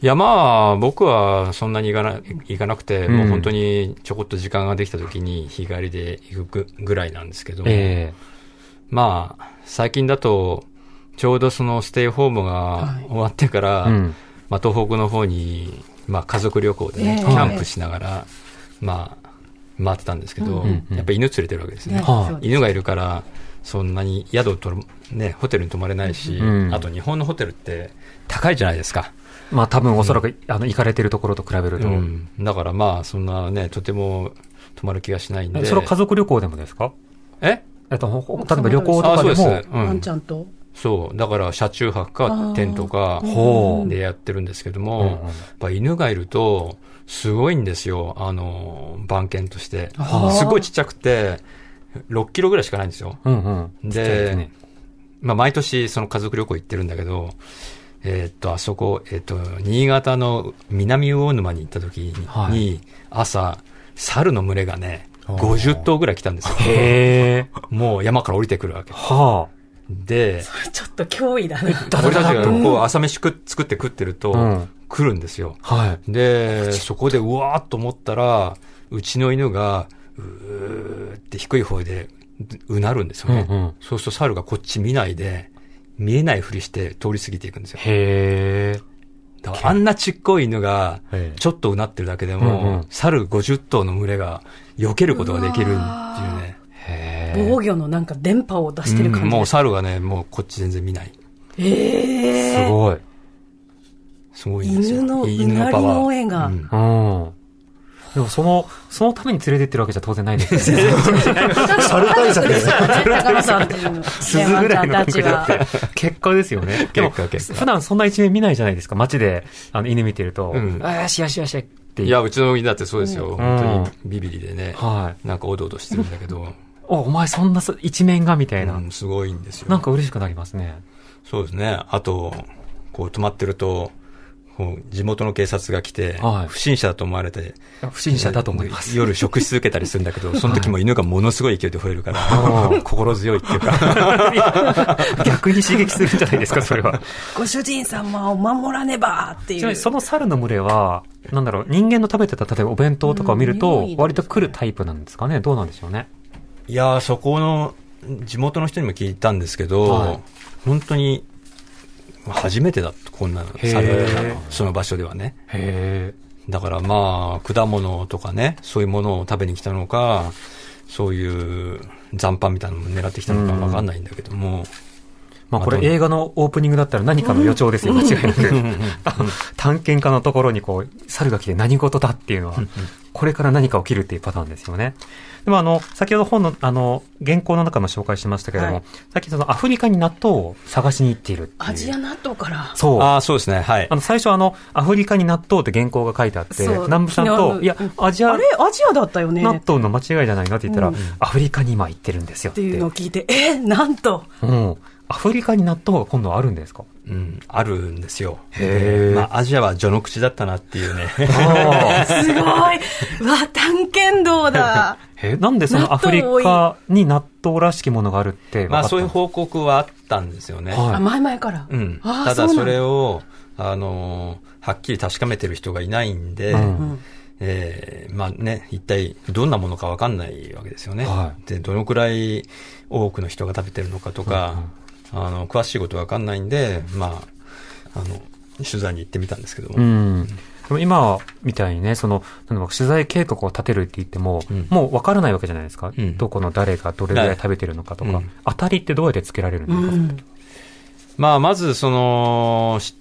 [SPEAKER 4] 山は、僕はそんなに行かな行かなくて、
[SPEAKER 3] うん
[SPEAKER 4] もう本当にちょこっと時間ができた時に日帰りで行くぐらいなんですけども、
[SPEAKER 3] え
[SPEAKER 4] まあ、最近だと、ちょうどそのステイホームが終わってから、
[SPEAKER 3] えうん。
[SPEAKER 4] まあ、東北の方に、まあ、家族旅行でね、
[SPEAKER 6] ええ
[SPEAKER 4] キャンプしながら、まあ、回ってたんですけど、
[SPEAKER 6] う
[SPEAKER 3] う
[SPEAKER 6] ん
[SPEAKER 3] んうん
[SPEAKER 4] やっぱ犬連れてるわけですね。
[SPEAKER 6] ね
[SPEAKER 3] はい
[SPEAKER 6] そうです
[SPEAKER 4] 犬がいるから、そんなに宿とる、ね、ホテルに泊まれないし、
[SPEAKER 3] うん
[SPEAKER 4] あと日本のホテルって高いじゃないですか。
[SPEAKER 3] まあ多分おそらく、あの、行かれてるところと比べると。
[SPEAKER 4] うんだからまあ、そんなね、とても泊まる気がしないんで。
[SPEAKER 3] えそれは家族旅行でもですか
[SPEAKER 4] え
[SPEAKER 3] えっと、ほほ例えば旅行と
[SPEAKER 4] あ、
[SPEAKER 3] かで
[SPEAKER 4] そうです。
[SPEAKER 3] も。
[SPEAKER 4] う
[SPEAKER 6] ワン
[SPEAKER 4] ん
[SPEAKER 6] ち。ゃんと。
[SPEAKER 4] そう。だから、車中泊か、テントか、
[SPEAKER 3] ほう。
[SPEAKER 4] でやってるんですけども、
[SPEAKER 3] うんうん
[SPEAKER 4] やっぱ犬がいると、すごいんですよ。あの、番犬として
[SPEAKER 6] はあ。
[SPEAKER 4] すごいちっちゃくて、6キロぐらいしかないんですよ。
[SPEAKER 3] うんうん。
[SPEAKER 4] で
[SPEAKER 3] ちっちゃいすね
[SPEAKER 4] まあ、毎年、その家族旅行行ってるんだけど、えーっと、あそこ、えーっと、新潟の南魚沼に行った時に、
[SPEAKER 3] はい
[SPEAKER 4] 朝、猿の群れがね、
[SPEAKER 5] あー
[SPEAKER 4] 50頭ぐらい来たんですよ。
[SPEAKER 3] へえ。
[SPEAKER 4] もう山から降りてくるわけ。
[SPEAKER 3] は
[SPEAKER 4] で、
[SPEAKER 6] ちょっと脅威だな。
[SPEAKER 4] 俺たちがこう朝飯食っ作って食ってると、
[SPEAKER 3] うん
[SPEAKER 4] 来るんですよ。
[SPEAKER 3] あ。はい。
[SPEAKER 4] で、そこでうわーっと思ったら、うちの犬が、うーって低い方でうなるんですよね。
[SPEAKER 3] うんうん
[SPEAKER 4] そうすると猿がこっち見ないで、見えないふりして通り過ぎていくんですよ。
[SPEAKER 3] へえ。
[SPEAKER 4] だからあんなちっこい犬が
[SPEAKER 5] ええ、
[SPEAKER 4] ちょっとうなってるだけでも、
[SPEAKER 3] うんうん
[SPEAKER 4] 猿50頭の群れが避けることができるっていうね。
[SPEAKER 3] へえ。
[SPEAKER 6] 防御のなんか電波を出して
[SPEAKER 4] う
[SPEAKER 6] る
[SPEAKER 4] ん
[SPEAKER 6] 感じ
[SPEAKER 4] も
[SPEAKER 6] で
[SPEAKER 4] う
[SPEAKER 6] す。
[SPEAKER 4] 猿がね、もうこっち全然見ない。
[SPEAKER 6] え
[SPEAKER 3] す
[SPEAKER 6] え。
[SPEAKER 3] ごい。
[SPEAKER 4] すごいんですよ。
[SPEAKER 6] 犬のうなり
[SPEAKER 4] パワー
[SPEAKER 6] 声が
[SPEAKER 4] う。ん
[SPEAKER 3] うん。でもその、そのために連れてってるわけじゃ当然ないですよね。
[SPEAKER 6] 猿対策ですよね。 高野さんっていうの。
[SPEAKER 3] 鈴
[SPEAKER 6] ねワ
[SPEAKER 3] ぐ
[SPEAKER 6] ンち
[SPEAKER 3] ら
[SPEAKER 6] ゃ
[SPEAKER 3] い
[SPEAKER 6] ん
[SPEAKER 3] の
[SPEAKER 6] たち
[SPEAKER 3] 感だっ
[SPEAKER 6] は。
[SPEAKER 3] て。結果ですよね。でも
[SPEAKER 4] 結果結果
[SPEAKER 3] 普段そんな一面見ないじゃないですか。街で、あの、犬見てると。
[SPEAKER 4] うん
[SPEAKER 3] あーよしよしよしって。
[SPEAKER 4] いや、、うちの犬だってそうですよ。本当にビビリでね。
[SPEAKER 3] はい。
[SPEAKER 4] なんかおどおどしてるんだけ ど、
[SPEAKER 3] お、お前そんなそ一面がみたいな。
[SPEAKER 4] うんすごいんですよ。
[SPEAKER 3] なんか嬉しくなりますね。
[SPEAKER 4] そうですね。あと、こう止まってると、こう地元の警察が来て、
[SPEAKER 3] はい
[SPEAKER 4] 不審者だと思われて、
[SPEAKER 3] 不審者だと思います。
[SPEAKER 4] 夜食し続けたりするんだ けど、その時も犬がものすごい勢いで吠えるから
[SPEAKER 3] うん、
[SPEAKER 4] 心強いっていう か、
[SPEAKER 3] 逆に刺激するんじゃないですか、それは。
[SPEAKER 6] ご主人様を守らねばって
[SPEAKER 3] ち
[SPEAKER 6] い
[SPEAKER 3] なみ
[SPEAKER 6] う。
[SPEAKER 3] にその猿の群れは、なんだろう、人間の食べてた、例えばお弁当とかを見る
[SPEAKER 6] うん匂
[SPEAKER 3] と
[SPEAKER 6] いなんです、ね
[SPEAKER 3] 割と来るタイプなんですかね。どうなんでしょうね。
[SPEAKER 4] いやー、そこの、地元の人にも聞いたんですけど、
[SPEAKER 3] はい
[SPEAKER 4] 本当に、初めてだと、こんなの、
[SPEAKER 3] へー
[SPEAKER 4] されたのその場所ではね。
[SPEAKER 3] へ
[SPEAKER 4] だからまあ、果物とかね、そういうものを食べに来たのか、そういう残飯みたいなのも狙ってきたのかわかんないんだけども、
[SPEAKER 3] え。まあこれ
[SPEAKER 4] まあどう
[SPEAKER 3] 映画のオープニングだったら何かの予兆ですよ、間違いなく。あの探検家のところにこう、猿が来て何事だっていうのは、これから何か起きるっていうパターンですよね。でもあの、先ほど本の、あの、原稿の中も紹介しましたけれども、
[SPEAKER 6] はい
[SPEAKER 3] さっきそのアフリカに納豆を探しに行っているっていう。
[SPEAKER 6] アジア納豆から。
[SPEAKER 3] そう。
[SPEAKER 4] ああ、そうですね、はい
[SPEAKER 3] あ。の、最初あの、アフリカに納豆って原稿が書いてあって、
[SPEAKER 6] そう
[SPEAKER 3] 南部さん
[SPEAKER 6] 昨
[SPEAKER 3] と、
[SPEAKER 6] 日
[SPEAKER 3] いや、アジア
[SPEAKER 6] あれアジアだったよね。
[SPEAKER 3] 納
[SPEAKER 6] っ
[SPEAKER 3] 豆の間違いじゃないなって言ったら、
[SPEAKER 6] うん
[SPEAKER 3] アフリカに今行ってるんですよってて。
[SPEAKER 6] いうのを聞いて、え、なんと。
[SPEAKER 3] うん。アフリカに納豆が今度はあるん ですか
[SPEAKER 4] うん、あるんですよ。
[SPEAKER 3] へー
[SPEAKER 4] でまあ、アジアは序の口だったなっていうね。
[SPEAKER 6] す ごい。うわ、探検道だ。
[SPEAKER 3] え、なんでそのアフリカに納豆らしきものがあるって分か
[SPEAKER 4] ま
[SPEAKER 3] ったん
[SPEAKER 4] あ、
[SPEAKER 3] ですか
[SPEAKER 4] そういう報告はあったんですよね。
[SPEAKER 3] はい
[SPEAKER 6] あ、前々から。
[SPEAKER 4] うん。
[SPEAKER 6] あー
[SPEAKER 4] ただ
[SPEAKER 6] うなん
[SPEAKER 4] それを、あのー、はっきり確かめてる人がいないんで、
[SPEAKER 3] うん
[SPEAKER 4] えーまあね、一体どんなものかわかんないわけですよね。
[SPEAKER 3] は
[SPEAKER 4] で、どのくらい多くの人が食べてるのかとか、あの、詳しいことわかんないんで、まあ、あの、取材に行ってみたんですけども。
[SPEAKER 3] うん。でも今みたいにね、その、なんだろう取材計画を立てるって言っても、
[SPEAKER 4] うん
[SPEAKER 3] もう分からないわけじゃないですか。
[SPEAKER 4] うん
[SPEAKER 3] どこの誰がどれぐらい食べてるのかとか、
[SPEAKER 4] うん
[SPEAKER 3] 当たりってどうやってつけられるんですか、
[SPEAKER 4] まあ、まず、その、し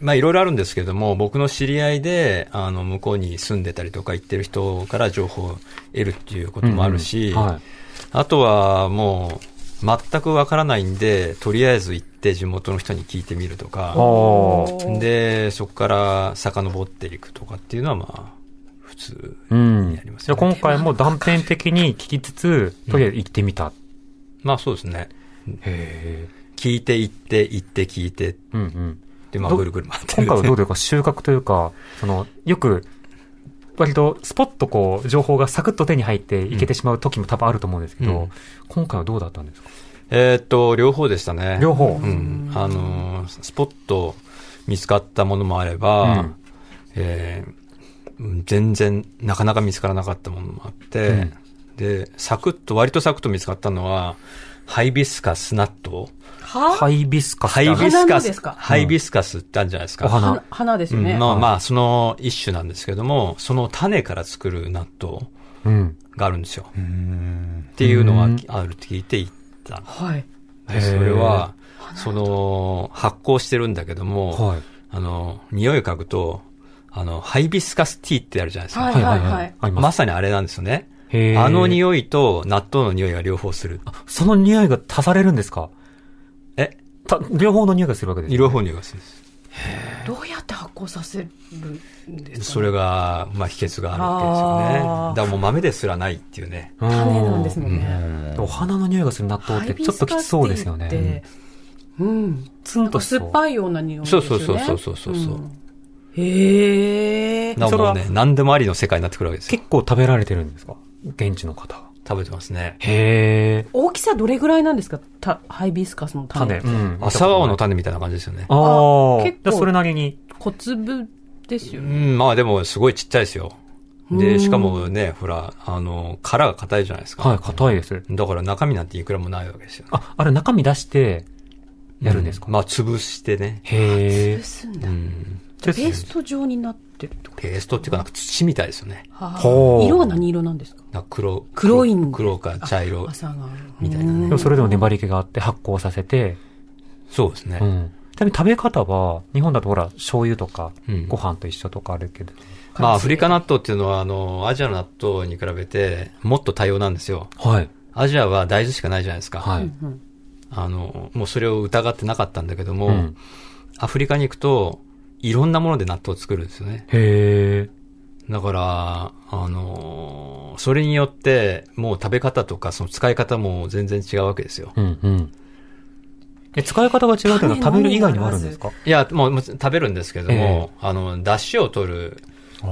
[SPEAKER 4] まあ、いろいろあるんですけども、僕の知り合いで、あの、向こうに住んでたりとか行ってる人から情報を得るっていうこともあるし、
[SPEAKER 3] うんうんはい
[SPEAKER 4] あとはもう、全くわからないんで、とりあえず行って地元の人に聞いてみるとか、
[SPEAKER 3] おー
[SPEAKER 4] で、そこから遡っていくとかっていうのはまあ、普通
[SPEAKER 3] うん。
[SPEAKER 4] に
[SPEAKER 3] じ
[SPEAKER 4] なります
[SPEAKER 3] ゃあ
[SPEAKER 4] よね。
[SPEAKER 3] 今回も断片的に聞きつつ、とりあえず行ってみた。
[SPEAKER 4] まあそうですね。
[SPEAKER 3] へ
[SPEAKER 4] 聞いて行って、行って聞いて、
[SPEAKER 3] うんうん。
[SPEAKER 4] で、まあ
[SPEAKER 3] ど
[SPEAKER 4] ぐるぐる回って
[SPEAKER 3] 今回はどう
[SPEAKER 4] う
[SPEAKER 3] というか収穫というか、その、よく、割とスポッとこう、情報がサクッと手に入っていけてしまう時も多分あると思うんですけど、
[SPEAKER 4] うん
[SPEAKER 3] 今回はどうだったんですか
[SPEAKER 4] えーっと、両方でしたね。
[SPEAKER 3] 両方。
[SPEAKER 4] うん、あのースポット見つかったものもあれば、
[SPEAKER 3] うん
[SPEAKER 4] えーうん全然なかなか見つからなかったものもあって、で、サクッと、割とサクッと見つかったのは、ハイビスカスナット。
[SPEAKER 6] は
[SPEAKER 3] ハイビスカス
[SPEAKER 4] ハ
[SPEAKER 3] だ。
[SPEAKER 4] イビス
[SPEAKER 6] 花
[SPEAKER 4] カ
[SPEAKER 6] ので
[SPEAKER 4] ス
[SPEAKER 6] すか
[SPEAKER 4] ハイビスカスってあるんじゃないですか。
[SPEAKER 3] お花
[SPEAKER 6] 花花です
[SPEAKER 4] うん
[SPEAKER 6] ね。
[SPEAKER 4] まあまあ、その一種なんですけども、その種から作る納豆
[SPEAKER 3] うん。
[SPEAKER 4] があるんですよ。っていうのは
[SPEAKER 3] うん
[SPEAKER 4] あるって聞いて行ったん
[SPEAKER 6] はい。
[SPEAKER 4] です。
[SPEAKER 3] へー
[SPEAKER 4] それは、その、発酵してるんだけども、
[SPEAKER 3] はい。
[SPEAKER 4] あの、匂いを嗅ぐと、あの、ハイビスカスティーってあるじゃないですか。
[SPEAKER 6] はいはいはい。
[SPEAKER 3] あり
[SPEAKER 4] ま
[SPEAKER 3] ます。
[SPEAKER 4] さにあれなんですよね。
[SPEAKER 3] へー
[SPEAKER 4] あの匂いと納豆の匂いが両方する。
[SPEAKER 3] その匂いが足されるんですか
[SPEAKER 4] え
[SPEAKER 3] た両方の匂いがするわけですね。
[SPEAKER 4] 両方の匂いがするんです。
[SPEAKER 6] どうやって発酵させるんですかね
[SPEAKER 4] それが、まあ、秘訣があるわけですよ
[SPEAKER 6] あー
[SPEAKER 4] ね。だからもう豆ですらないっていうね。
[SPEAKER 3] うん。
[SPEAKER 6] 種なんですもんね。
[SPEAKER 3] お花の匂いがする納豆ってちょっときつそうですよ
[SPEAKER 6] ハイビスカスティーっ
[SPEAKER 3] ね。
[SPEAKER 6] て。うん。
[SPEAKER 3] ツン
[SPEAKER 6] なんか酸っぱいような匂いです
[SPEAKER 4] そ
[SPEAKER 6] よ
[SPEAKER 4] う
[SPEAKER 6] ね。
[SPEAKER 4] そうそうそうそうそう。
[SPEAKER 6] んへえ。
[SPEAKER 4] だからもう
[SPEAKER 3] そ
[SPEAKER 4] ね、何でもありの世界になってくるわけですよ。
[SPEAKER 3] 結構食べられてるんですか現地の方は。
[SPEAKER 4] 食べてますね。
[SPEAKER 3] へえ。
[SPEAKER 6] 大きさどれぐらいなんですかたハイビスカスの
[SPEAKER 3] 種。
[SPEAKER 6] 種。
[SPEAKER 3] うん
[SPEAKER 4] 朝顔の
[SPEAKER 3] 種。
[SPEAKER 4] 種みたいな感じですよね。
[SPEAKER 3] ああ。
[SPEAKER 6] 結構
[SPEAKER 3] 結構。それなりに。
[SPEAKER 6] 小粒ですよ
[SPEAKER 4] う
[SPEAKER 6] ね。
[SPEAKER 4] ん、まあでもすごいちっちゃいですよ。
[SPEAKER 6] う
[SPEAKER 4] で、
[SPEAKER 6] ん
[SPEAKER 4] しかもね、ほら、あの、殻が硬いじゃないですか。
[SPEAKER 3] はい、硬いです。
[SPEAKER 4] だから中身なんていくらもないわけですよ。
[SPEAKER 3] あ、あれ中身出して、やるんですか
[SPEAKER 4] まあ、潰してね。
[SPEAKER 3] へえ
[SPEAKER 6] 潰。すんだ。
[SPEAKER 4] うん。
[SPEAKER 6] じゃあペースト状になってるってこと
[SPEAKER 4] ペーストっていうか、なんか土みたいですよね。
[SPEAKER 6] はあ
[SPEAKER 3] ほう
[SPEAKER 6] 色は何色なんですか
[SPEAKER 4] なんか黒。
[SPEAKER 6] 黒いん
[SPEAKER 4] 黒か茶色。
[SPEAKER 6] 朝が。
[SPEAKER 4] みたいなね
[SPEAKER 3] でもそれでも粘り気があって発酵させて、
[SPEAKER 4] そうですね。
[SPEAKER 3] うん。ちなみに食べ方は、日本だとほら、醤油とか
[SPEAKER 4] うん、
[SPEAKER 3] ご飯と一緒とかあるけど。
[SPEAKER 4] まあ、アフリカ納豆っていうのは、あの、アジアの納豆に比べて、もっと多様なんですよ。
[SPEAKER 3] はい。
[SPEAKER 4] アジアは大豆しかないじゃないですか。
[SPEAKER 3] はい。
[SPEAKER 4] あの、もうそれを疑ってなかったんだけども、
[SPEAKER 3] うん
[SPEAKER 4] アフリカに行くと、いろんなもので納豆を作るんですよね。
[SPEAKER 3] へえ。
[SPEAKER 4] だから、あのそれによって、もう食べ方とか、その使い方も全然違うわけですよ。
[SPEAKER 3] うんうん。え、使い方が違うというのは食べる以外にもあるんですか
[SPEAKER 4] いや、もうもう食べるんですけども、あの、出汁を取る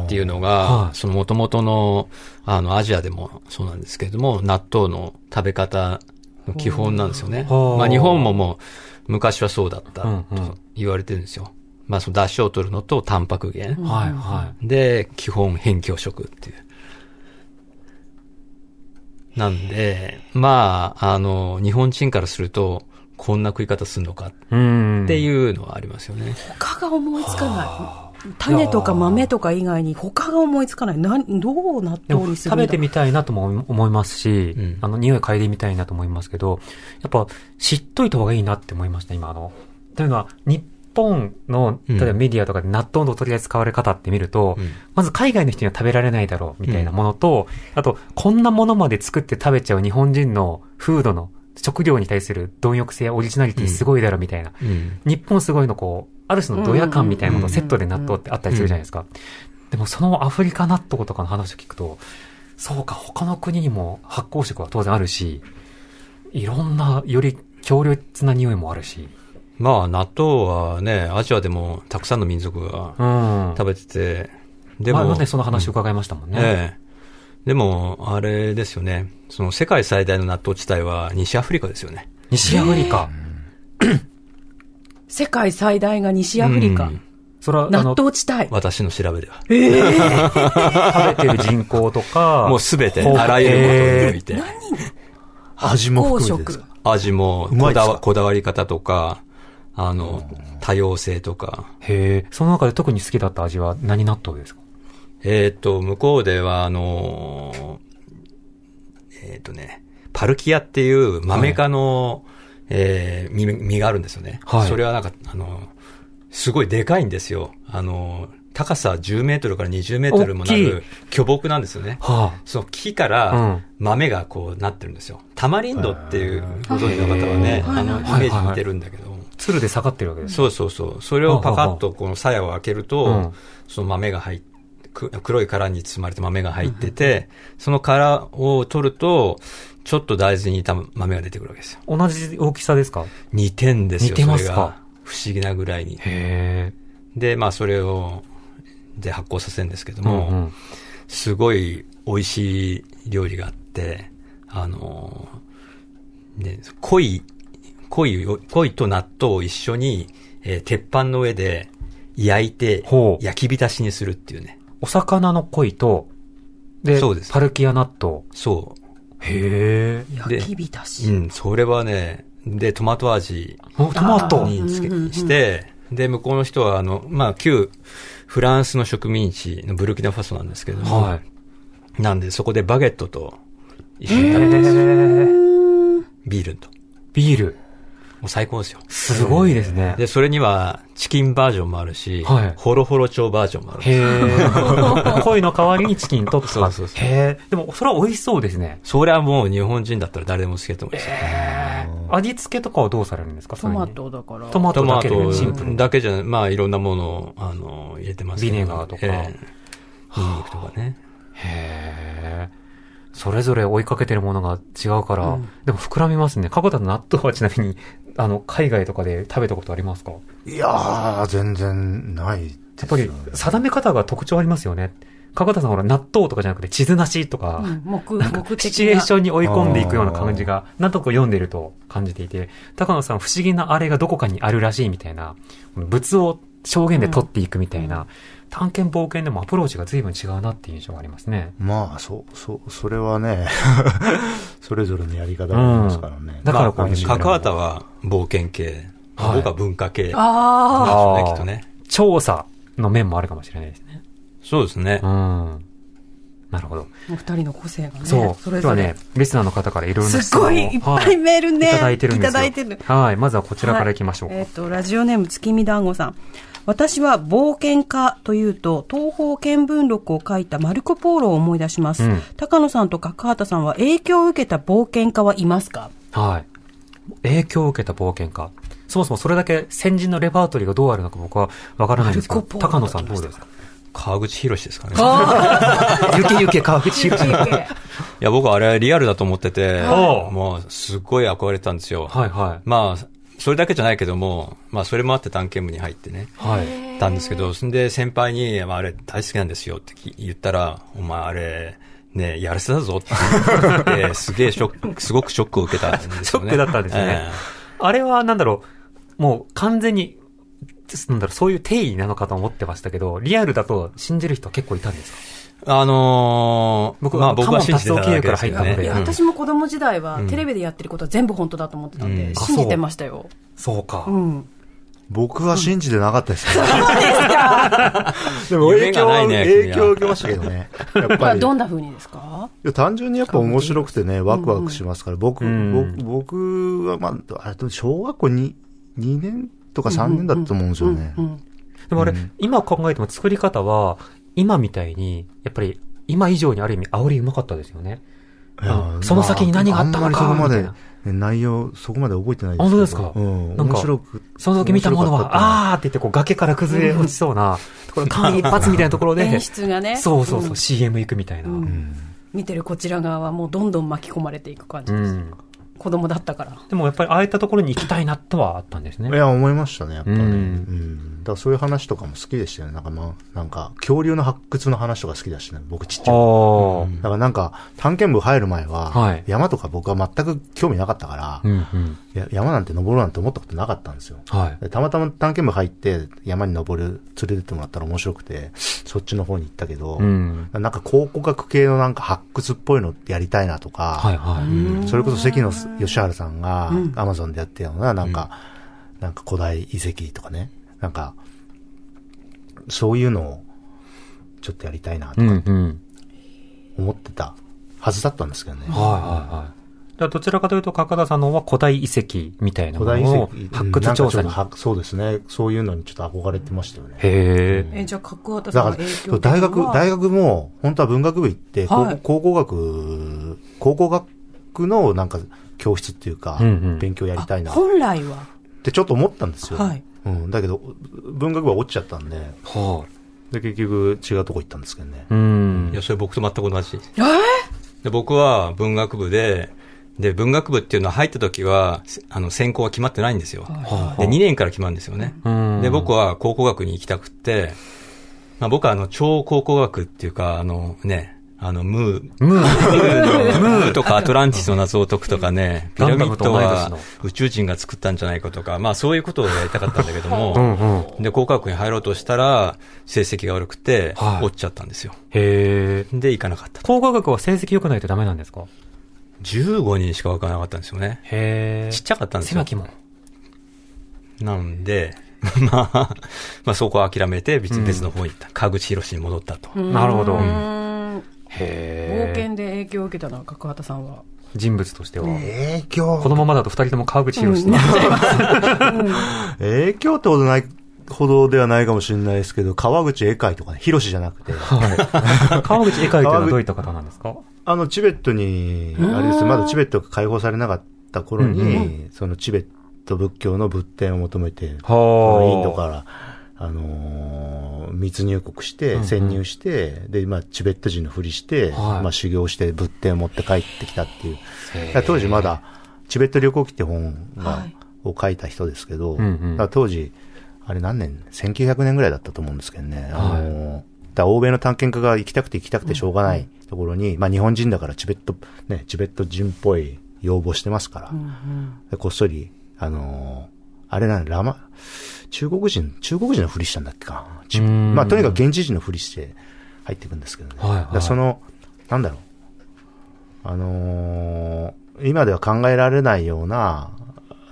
[SPEAKER 4] っていうのが、
[SPEAKER 3] はい
[SPEAKER 4] その元々の、あの、アジアでもそうなんですけれども、納豆の食べ方の基本なんですよね。
[SPEAKER 3] ほう
[SPEAKER 4] まあ、日本ももう、昔はそうだった
[SPEAKER 3] うんうん
[SPEAKER 4] と言われてるんですよ。まあ、その出汁を取るのと、タンパク源。
[SPEAKER 3] はいは
[SPEAKER 4] で、基本辺境食っていう。なんで、まあ、あの、日本人からすると、こんな食い方するのか
[SPEAKER 3] い。うん。。
[SPEAKER 4] っていううのはありますよね。
[SPEAKER 6] 他が思いつかない。種とか豆とか以外に他が思いつかない。なんどう納
[SPEAKER 3] で
[SPEAKER 6] 豆
[SPEAKER 3] も
[SPEAKER 6] にす
[SPEAKER 3] 食
[SPEAKER 6] るんだ
[SPEAKER 3] べてみたいなとも思い思いますし、
[SPEAKER 4] うん
[SPEAKER 3] あの、匂い嗅いでみたいなと思いますけど、やっぱ知っといた方がいいなって思いました、今あの。というのは、日本の、
[SPEAKER 4] う
[SPEAKER 3] 例
[SPEAKER 4] ん
[SPEAKER 3] えばメディアとかで納豆の取り扱われ方って見ると、
[SPEAKER 4] うん
[SPEAKER 3] まず海外の人には食べられないだろうみたいなものと、あと、こんなものまで作って食べちゃう日本人のフードの食料に対する貪欲性、オリジナリティすごいだろみたいな。
[SPEAKER 4] うん。
[SPEAKER 3] 日本すごいのこう、ある種のドヤ感みたいなものとセットで納豆ってあったりするじゃないですか。でもそのアフリカ納豆とかの話を聞くと、そうか、他の国にも発酵食は当然あるし、いろんな、より強烈な匂いもあるし。
[SPEAKER 4] まあ、納豆はね、アジアでもたくさんの民族が
[SPEAKER 3] うん。
[SPEAKER 4] 食べてて、
[SPEAKER 3] で
[SPEAKER 4] で
[SPEAKER 3] も、
[SPEAKER 4] も、
[SPEAKER 3] ね、その話伺いましたもんね。
[SPEAKER 4] ええでも、あれですよね。その世界最大の納豆地帯は西アフリカですよね。
[SPEAKER 3] 西アフリカ。
[SPEAKER 6] 世界最大が西アフリカ
[SPEAKER 4] う。ん
[SPEAKER 3] それは、あ
[SPEAKER 6] 納
[SPEAKER 3] の、
[SPEAKER 6] 豆地帯。
[SPEAKER 4] 私の調べでは。
[SPEAKER 3] 食べてる人口とか、
[SPEAKER 4] もうすべて、
[SPEAKER 3] ほう
[SPEAKER 4] あらゆることにおいて、
[SPEAKER 5] 味も含めてですか
[SPEAKER 4] 味も
[SPEAKER 5] うま
[SPEAKER 4] こ
[SPEAKER 5] いで
[SPEAKER 4] だ
[SPEAKER 5] すか
[SPEAKER 4] わこだわり方とか、あの、多様性とか。
[SPEAKER 3] へえ、その中で特に好きだった味は何納豆ですか
[SPEAKER 4] えっ、と、向こうでは、あのーえっ、とね、パルキアっていう豆科の、えー実実があるんですよね。
[SPEAKER 3] はい
[SPEAKER 4] それはなんか、あのーすごいでかいんですよ。あのー高さ10メートルから20メートルもな
[SPEAKER 3] 大
[SPEAKER 4] る巨木なんですよね。
[SPEAKER 3] は
[SPEAKER 4] その木か
[SPEAKER 3] う
[SPEAKER 4] ら
[SPEAKER 3] ん
[SPEAKER 4] 豆がこうなってるんですよ。タマリンドっていうご存知の方はね、あの、イメージ似てるんだけども。
[SPEAKER 3] あ、鶴で下がってるわけです。
[SPEAKER 4] そうそうそう。それをパカッとこの鞘を開ける
[SPEAKER 3] うん
[SPEAKER 4] と、その豆が入っく黒い殻に包まれた豆が入ってて、その殻を取ると、ちょっと大豆に似た豆が出てくるわけですよ。
[SPEAKER 3] 同じ大きさですか
[SPEAKER 4] 似てんですよ、
[SPEAKER 3] 似てますか
[SPEAKER 4] それが不思議なぐらいに。
[SPEAKER 3] へ
[SPEAKER 4] で、まあそれを、で発酵させるんですけど
[SPEAKER 3] え。
[SPEAKER 4] も、
[SPEAKER 3] うんうん
[SPEAKER 4] すごい美味しい料理があって、あのー、ね、濃い、濃いを、濃いと納豆を一緒に、えー鉄板の上で焼いて
[SPEAKER 3] ほ、う
[SPEAKER 4] 焼き浸しにするっていうね。
[SPEAKER 3] お魚の鯉と、で、
[SPEAKER 4] そうです
[SPEAKER 3] パルキア納豆。
[SPEAKER 4] そ
[SPEAKER 3] へえ。
[SPEAKER 4] う。で、
[SPEAKER 6] 焼き火だし。
[SPEAKER 4] うん、それはね、で、トマト味
[SPEAKER 3] おトマト
[SPEAKER 4] につけ、して、で、向こうの人は、あの、まあ、旧フランスの植民地のブルキナファソなんですけれども、
[SPEAKER 3] はい。
[SPEAKER 4] なんで、そこでバゲットと一緒に食べて
[SPEAKER 3] へ
[SPEAKER 4] ます
[SPEAKER 3] え。
[SPEAKER 4] ビールと。
[SPEAKER 3] ビール。
[SPEAKER 4] もう最高ですよ。
[SPEAKER 3] すごいですね。
[SPEAKER 4] で、それには、チキンバージョンもあるし、
[SPEAKER 3] はい
[SPEAKER 4] ホロホロ調バージョンもあるんです
[SPEAKER 3] へえ。 鯉の代わりにチキンと使
[SPEAKER 4] そうそうそう
[SPEAKER 3] へえ。でも、それは美味しそうですね。
[SPEAKER 4] それはもう日本人だったら誰でも好きだと思いますよ。
[SPEAKER 3] 味付けとかはどうされるんですか
[SPEAKER 6] ト
[SPEAKER 3] それに
[SPEAKER 6] マトだから。
[SPEAKER 3] トマ
[SPEAKER 4] ト
[SPEAKER 3] トだ
[SPEAKER 4] マ
[SPEAKER 3] けで
[SPEAKER 4] ト
[SPEAKER 3] シンプルに。
[SPEAKER 4] だけじゃない、まあいろんなものを、あの、入れてますけど
[SPEAKER 3] ビネガーとか
[SPEAKER 4] ええニンニクとかね。
[SPEAKER 3] へえ。それぞれ追いかけてるものが違うから、でも膨らみますね。過去だと納豆はちなみに、あの、海外とかで食べたことありますかや
[SPEAKER 5] いやー、全然ないですよね。や
[SPEAKER 3] っぱり、定め方が特徴ありますよね。過去ださんほら、納豆とかじゃなくて、地図なしとか、
[SPEAKER 6] うん目、
[SPEAKER 3] なんか
[SPEAKER 6] 目的
[SPEAKER 3] シチュエーシ
[SPEAKER 6] ョン。
[SPEAKER 3] ョンに追い込んでいくような感じが、なんとか読んでると感じていて、高野さん不思議なあれがどこかにあるらしいみたいな、この物を証言で取っていくみたいな、探検冒険でもアプローチが随分違うなっていう印象がありますね。
[SPEAKER 5] まあ、そう、そう、それはね、 それぞれのやり方がありますからね。
[SPEAKER 3] だからこういう
[SPEAKER 5] まあ
[SPEAKER 4] 角畑は冒険系、
[SPEAKER 3] はい
[SPEAKER 4] 僕は文化系なん
[SPEAKER 6] あ
[SPEAKER 4] でしょうね、
[SPEAKER 3] あー
[SPEAKER 4] きっとね。
[SPEAKER 3] 調査の面もあるかもしれないですね。
[SPEAKER 4] そうですね
[SPEAKER 3] う。ん。なるほど。
[SPEAKER 6] あ。お二人の個性がね。
[SPEAKER 3] そう。
[SPEAKER 6] それ
[SPEAKER 3] で
[SPEAKER 6] ぞ
[SPEAKER 3] は
[SPEAKER 6] れ
[SPEAKER 3] ね。、リスナーの方からいろいろな
[SPEAKER 6] すごいいっぱいメールね
[SPEAKER 3] いただいてるんですよ。
[SPEAKER 6] いただいてる
[SPEAKER 3] はい。まずはこちらから行きましょうか。
[SPEAKER 2] はいえっ、と、ラジオネーム月見団子さん。私は冒険家というと、東方見聞録を書いたマルコ・ポーロを思い出します。
[SPEAKER 3] うん
[SPEAKER 2] 高野さんとか角畑さんは影響を受けた冒険家はいますか
[SPEAKER 3] はい。影響を受けた冒険家。そもそもそれだけ先人のレパートリーがどうあるのか僕はわからないんですけど、
[SPEAKER 6] マルコポーロ
[SPEAKER 3] 高野さんどうですか
[SPEAKER 4] 川口博ですかね。
[SPEAKER 3] ゆけゆけ川口ゆけゆけ。はい
[SPEAKER 4] いや、僕はあれはリアルだと思ってて、
[SPEAKER 3] おう
[SPEAKER 4] もうすっごい憧れてたんですよ。
[SPEAKER 3] はい。
[SPEAKER 4] まあ、それだけじゃないけども、まあそれもあって探検部に入ってね。
[SPEAKER 3] はい。
[SPEAKER 4] ったんですけど、そんで先輩に、まあ、あれ大好きなんですよってき言ったら、お前あれ、ねやらせだぞって言って、 すげえショック、すごくショックを受けたんですよね。
[SPEAKER 3] ショックだったんですね
[SPEAKER 4] え
[SPEAKER 3] あれはなんだろう、もう完全に、なんだろう、そういう定義なのかと思ってましたけど、リアルだと信じる人は結構いたんですか
[SPEAKER 4] えあのー、
[SPEAKER 3] 僕
[SPEAKER 4] まあ僕
[SPEAKER 3] カモ
[SPEAKER 4] は
[SPEAKER 3] ン
[SPEAKER 4] 信じてただけですけど
[SPEAKER 3] 達夫経由から入ったの
[SPEAKER 4] ね。
[SPEAKER 6] い
[SPEAKER 3] で
[SPEAKER 6] や、
[SPEAKER 4] うん
[SPEAKER 6] 私も子供時代は
[SPEAKER 4] うん
[SPEAKER 6] テレビでやってることは全部本当だと思ってた
[SPEAKER 4] う
[SPEAKER 6] ん
[SPEAKER 4] ん
[SPEAKER 6] で、
[SPEAKER 3] あ
[SPEAKER 6] 信じてましたよ。
[SPEAKER 3] そうか
[SPEAKER 6] う。ん。
[SPEAKER 5] 僕は信じてなかったですよ。でも
[SPEAKER 4] 夢が
[SPEAKER 5] 影響
[SPEAKER 4] な
[SPEAKER 5] は、
[SPEAKER 4] いね
[SPEAKER 5] 影響を受けましたけどね。やっ
[SPEAKER 6] これ
[SPEAKER 5] ぱ
[SPEAKER 6] は
[SPEAKER 5] り。
[SPEAKER 6] どんな風にですか
[SPEAKER 5] いや単純にやっぱ面白くてね、ワクワクしますから、僕、
[SPEAKER 3] うん
[SPEAKER 5] 僕僕は、まあ、あれ、でも小学校に2年とか3年だったと思うんですよね
[SPEAKER 6] う。ん。
[SPEAKER 3] でもあれ、
[SPEAKER 5] うん
[SPEAKER 3] 今考えても作り方は、今みたいに、やっぱり、今以上にある意味、煽りうまかったですよね。
[SPEAKER 5] いや
[SPEAKER 3] うんその先に何があったのか
[SPEAKER 5] あんま
[SPEAKER 3] み
[SPEAKER 5] りそこ
[SPEAKER 3] たい
[SPEAKER 5] まで、ね内容、そこまで覚えてないですけど。
[SPEAKER 3] 本当ですか
[SPEAKER 5] うん。
[SPEAKER 3] なんか
[SPEAKER 5] 面白く。
[SPEAKER 3] その時見たものは、
[SPEAKER 5] あ
[SPEAKER 3] あーって言って、こう、崖から崩れ落ちそうな、ところ、間一髪みたいなところで、
[SPEAKER 6] 演出がね。
[SPEAKER 3] そうそうそう、
[SPEAKER 6] ん
[SPEAKER 3] CM 行くみたいな。う。
[SPEAKER 6] うんん見てるこちら側はもうどんどん巻き込まれていく感じです。子供だったから。
[SPEAKER 3] でもやっぱりああいったところに行きたいなとはあったんですね。
[SPEAKER 5] いや、思いましたね、やっぱね。
[SPEAKER 3] う
[SPEAKER 5] うんん。だからそういう話とかも好きでしたよね。なんかまあ、なんか、恐竜の発掘の話とか好きだしね、僕ちっちゃい頃。
[SPEAKER 3] あ
[SPEAKER 5] だからなんか、探検部入る前は、
[SPEAKER 3] はい
[SPEAKER 5] 山とか僕は全く興味なかったから、
[SPEAKER 3] あ。うんうん。
[SPEAKER 5] や山なんて登ろうなんて思ったことなかったんですよ。
[SPEAKER 3] はい。
[SPEAKER 5] でたまたま探検部入って山に登る、連れてってもらったら面白くて、そっちの方に行ったけど、
[SPEAKER 3] うん。
[SPEAKER 5] なんか考古学系のなんか発掘っぽいのやりたいなとか、
[SPEAKER 3] はいはい。
[SPEAKER 5] それこそ関野吉原さんがアマゾンでやってたような、なんか、なんか古代遺跡とかね、なんか、そういうのをちょっとやりたいな
[SPEAKER 3] う
[SPEAKER 5] と
[SPEAKER 3] んうん。
[SPEAKER 5] 思ってたはずだったんですけどね。
[SPEAKER 3] はいはいはい。じゃあどちらかというと、角田さんの方は古代遺跡みたいな
[SPEAKER 5] 古
[SPEAKER 3] も
[SPEAKER 5] 代
[SPEAKER 3] のを
[SPEAKER 5] 遺跡
[SPEAKER 3] 発掘調査に。
[SPEAKER 5] うんなんかちょっとはそうですね。そういうのにちょっと憧れてましたよね。
[SPEAKER 3] へえ。
[SPEAKER 6] え、じゃあ、角畑
[SPEAKER 5] だ
[SPEAKER 6] さん
[SPEAKER 5] か
[SPEAKER 6] の影響っていうの
[SPEAKER 5] ら、
[SPEAKER 6] は
[SPEAKER 5] 大学、大学も、本当は文学部行って、高
[SPEAKER 6] はい
[SPEAKER 5] 考古学、考古学のなんか教室っていうか
[SPEAKER 3] うんうん、
[SPEAKER 5] 勉強やりたいな
[SPEAKER 6] あ
[SPEAKER 5] っ
[SPEAKER 6] 本来は。
[SPEAKER 5] てちょっと思ったんですよ。
[SPEAKER 6] はい
[SPEAKER 5] うん、だけど、文学部は落ちちゃったんで、
[SPEAKER 3] は
[SPEAKER 5] で結局違うとこ行ったんですけどね
[SPEAKER 3] あ。。うん
[SPEAKER 4] いや、。それ僕と全く同じ。で僕は文学部で、で、文学部っていうのは入った時は、せあの、専攻は決まってないんですよ。で、2年から決まるんですよね。
[SPEAKER 3] うん
[SPEAKER 4] で、僕は考古学に行きたくって、まあ僕はあの、超考古学っていうか、あのね、あの、ムー、
[SPEAKER 3] ムー。
[SPEAKER 4] ムーとかアトランティスの謎を解くとかね、ピ
[SPEAKER 3] ガ
[SPEAKER 4] ラ
[SPEAKER 3] ン
[SPEAKER 4] ミ
[SPEAKER 3] ダム
[SPEAKER 4] ッ
[SPEAKER 3] と
[SPEAKER 4] ド
[SPEAKER 3] 同い年
[SPEAKER 4] は
[SPEAKER 3] の
[SPEAKER 4] 宇宙人が作ったんじゃないかとか、まあそういうことをやりたかったんだけど
[SPEAKER 3] う
[SPEAKER 4] も、
[SPEAKER 3] ん うん。
[SPEAKER 4] で、工科学に入ろうとしたら、成績が悪くて
[SPEAKER 3] は、い
[SPEAKER 4] 落ちちゃったんですよ。
[SPEAKER 3] へえ。
[SPEAKER 4] で、行かなかったと。
[SPEAKER 3] 考古学は成績良くないとダメなんですか
[SPEAKER 4] 15人しか分からなかったんですよね。
[SPEAKER 3] へえ。
[SPEAKER 4] ちっちゃかったんです
[SPEAKER 3] 狭
[SPEAKER 4] よ。
[SPEAKER 3] きも。
[SPEAKER 4] なんで、 まあ、まあそこは諦めて別に別の方に行った。川口博士に戻ったと。
[SPEAKER 3] なるほど
[SPEAKER 6] うーん冒
[SPEAKER 3] へえ。
[SPEAKER 6] 険で影響を受けたのは角畑さんは。
[SPEAKER 3] 人物としては。
[SPEAKER 5] 影
[SPEAKER 3] こ
[SPEAKER 5] 響
[SPEAKER 3] のままだと二人とも川口博士
[SPEAKER 6] うん
[SPEAKER 3] だ。
[SPEAKER 5] 影響ってことない、ほどではないかもしれないですけど、川口絵会とかね、広志じゃなくて、
[SPEAKER 3] はい。 川口絵会というのはどういった方なんですか
[SPEAKER 5] あの、チベットに、あれですよまだチベットが解放されなかった頃に、
[SPEAKER 3] うんう
[SPEAKER 5] そのチベット仏教の仏典を求めて、
[SPEAKER 3] は
[SPEAKER 5] あのインド
[SPEAKER 3] か
[SPEAKER 5] から、あのー密入国し
[SPEAKER 3] うんう
[SPEAKER 5] て、
[SPEAKER 3] ん
[SPEAKER 5] 潜入して、で、まあ、チベット人のふりして、
[SPEAKER 3] はい
[SPEAKER 5] まあ、修行して仏典を持って帰ってきたっていう。だから当時まだ、チベット旅行記って本が、
[SPEAKER 6] はい
[SPEAKER 5] を書いた人ですけど、
[SPEAKER 3] うんうん
[SPEAKER 5] だから当時、あれ何年 ?1900 年ぐらいだったと思うんですけどね。あのーだから欧米の探検家が行きたくて行きたくてしょうがないところに、まあ日本人だからチベット、ね、チベット人っぽい要望してますから、でこっそり、あのーあれなんラマ、中国人、中国人のふりしたんだっけかなち
[SPEAKER 3] うーん
[SPEAKER 5] まあとにかく現地人のふりして入っていくんですけどね。
[SPEAKER 3] はいはい
[SPEAKER 5] だからその、なんだろう。あのー今では考えられないような、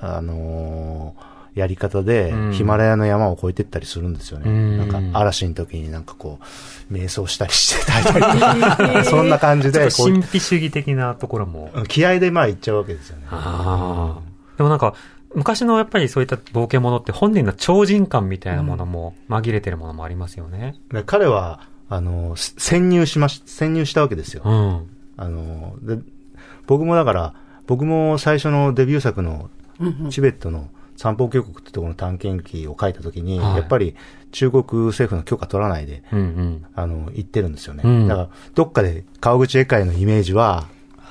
[SPEAKER 5] あのーやり方で
[SPEAKER 3] うん、
[SPEAKER 5] ヒマラヤの山を越えてったりするんですよね。
[SPEAKER 3] うん
[SPEAKER 5] なんか、嵐の時になんかこう、瞑想したりしてたりと か、そんな感じ
[SPEAKER 3] ちょっ
[SPEAKER 5] で
[SPEAKER 3] と、
[SPEAKER 5] こ
[SPEAKER 3] 神秘主義的なところも。
[SPEAKER 5] う、気合でまあ行っちゃうわけですよね。
[SPEAKER 3] ああ。でもなんか、昔のやっぱりそういった冒険者って本人の超人感みたいなものも紛れてるものもありますよね。
[SPEAKER 5] で彼は、あのー、潜入しまし、潜入したわけですよ
[SPEAKER 3] う。ん。
[SPEAKER 5] あの、で、僕もだから、僕も最初のデビュー作の、チベットの三方峡谷ってところの探検記を書いたときに、
[SPEAKER 3] はい
[SPEAKER 5] やっぱり中国政府の許可取らないで、
[SPEAKER 3] うんうん。
[SPEAKER 5] あの、行ってるんですよね。
[SPEAKER 3] うん
[SPEAKER 5] だから、どっかで川口絵会のイメージは、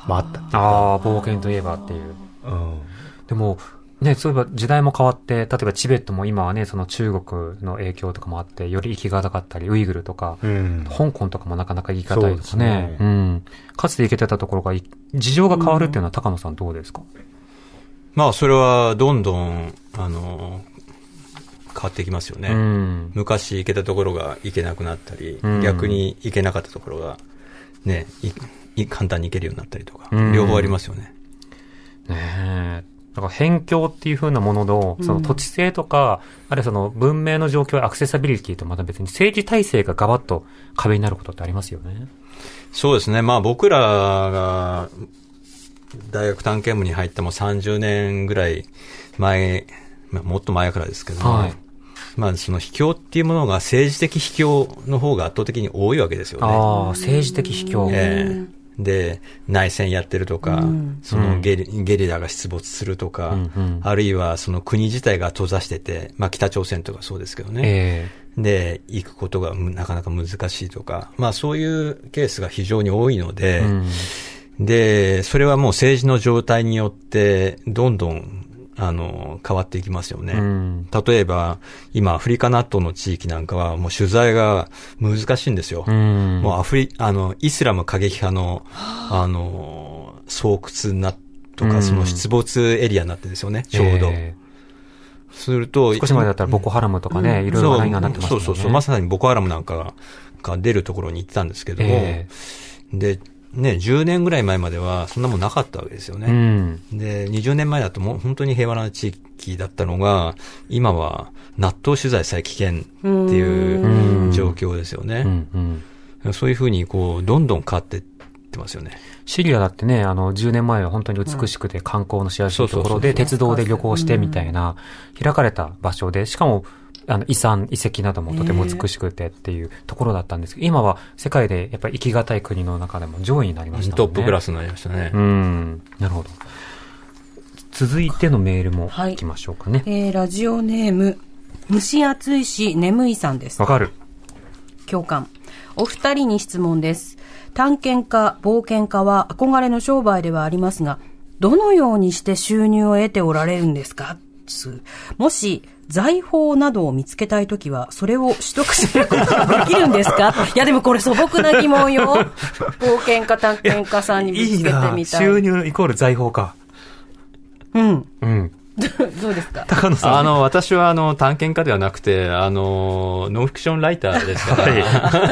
[SPEAKER 5] まああったっていうか。
[SPEAKER 3] ああ、冒険といえばっていう。
[SPEAKER 5] うん
[SPEAKER 3] でも、ね、そういえば時代も変わって、例えばチベットも今はね、その中国の影響とかもあって、より行きがたかったり、ウイグルとか、
[SPEAKER 5] うん。
[SPEAKER 3] 香港とかもなかなか行きがたいとか
[SPEAKER 5] そうで
[SPEAKER 3] ね。
[SPEAKER 5] すね
[SPEAKER 3] うん。かつて行けてたところがい、事情が変わるっていうのは高野さんどうですか
[SPEAKER 4] まあそれはどんどん、あの、変わってきますよね。
[SPEAKER 3] うん。
[SPEAKER 4] 昔行けたところが行けなくなったり、
[SPEAKER 3] うん
[SPEAKER 4] 逆に行けなかったところが、ね、いい簡単に行けるようになったりとか、
[SPEAKER 3] うん
[SPEAKER 4] 両方ありますよね。
[SPEAKER 3] ねえ。だから辺境っていう風なものの、その土地性とか、あるいはその文明の状況、アクセサビリティとまた別に政治体制がガバッと壁になることってありますよね。
[SPEAKER 4] そうですね。まあ僕らが、大学探検部に入っても30年ぐらい前、まあ、もっと前からですけども、
[SPEAKER 3] はい
[SPEAKER 4] まあその秘境っていうものが政治的秘境の方が圧倒的に多いわけですよね。
[SPEAKER 3] ああ、政治的秘境。
[SPEAKER 4] ええで、内戦やってるとか、そのゲリゲリラが出没するとか、
[SPEAKER 3] うんうん
[SPEAKER 4] あるいはその国自体が閉ざしてて、まあ北朝鮮とかそうですけどね、
[SPEAKER 3] え
[SPEAKER 4] で、行くことがむなかなか難しいとか、まあそういうケースが非常に多いので、
[SPEAKER 3] えうん
[SPEAKER 4] で、それはもう政治の状態によって、どんどん、あの、変わっていきますよね。
[SPEAKER 3] うん
[SPEAKER 4] 例えば、今、アフリカナットの地域なんかは、もう取材が難しいんですよ。
[SPEAKER 3] うん。
[SPEAKER 4] もうアフリ、あの、イスラム過激派の、あの、巣窟な、と
[SPEAKER 3] う
[SPEAKER 4] か、
[SPEAKER 3] ん
[SPEAKER 4] その出没エリアになってるんですよね、ちょうど。
[SPEAKER 3] え
[SPEAKER 4] すると、
[SPEAKER 3] ー少し前だったらボコハラムとかね、いろいろ話題にはなってましたも
[SPEAKER 4] そうん
[SPEAKER 3] ね。
[SPEAKER 4] そうそうそう、まさにボコハラムなんかが出るところに行ってたんですけども、
[SPEAKER 3] え
[SPEAKER 4] で、ね、10年ぐらい前まではそんなもんなかったわけですよ
[SPEAKER 3] えう
[SPEAKER 4] ね。
[SPEAKER 3] ん。
[SPEAKER 4] で、20年前だともう本当に平和な地域だったのが、今は納豆取材さえ危険って
[SPEAKER 3] う
[SPEAKER 4] い
[SPEAKER 3] ん
[SPEAKER 4] う状況ですよ
[SPEAKER 3] う
[SPEAKER 4] ね。
[SPEAKER 3] んうん。
[SPEAKER 4] そういうふうにこう、どんどん変わってってますよね。
[SPEAKER 3] シリアだってね、あの、10年前は本当に美しくて観光のしやすいところで、鉄道で旅行してみたいな、開かれた場所で、しかも、あの、遺産、遺跡などもとても美しくてっていうところだったんですけど、今は世界でやっぱり生きがたい国の中でも上位になりましたもんね。
[SPEAKER 4] トップクラスになりましたね
[SPEAKER 3] う。ん。なるほど。続いてのメールも
[SPEAKER 2] はい
[SPEAKER 3] 行きましょうかね。
[SPEAKER 2] えーラジオネーム、蒸し暑いし眠いさんです
[SPEAKER 3] わ。かる。
[SPEAKER 2] 共感。お二人に質問です。探検家、冒険家は憧れの商売ではありますが、どのようにして収入を得ておられるんですかつもし、財宝などを見つけたいときは、それを取得することができるんですかいや、でもこれ素朴な疑問よ。冒険家、探検家さんにぶつけてみたい。
[SPEAKER 3] 入イコール財宝か。
[SPEAKER 2] うん。
[SPEAKER 3] うん。
[SPEAKER 2] どうですか
[SPEAKER 3] 高野さん。
[SPEAKER 4] あの、私はあの、探検家ではなくて、あの、ノンフィクションライターですか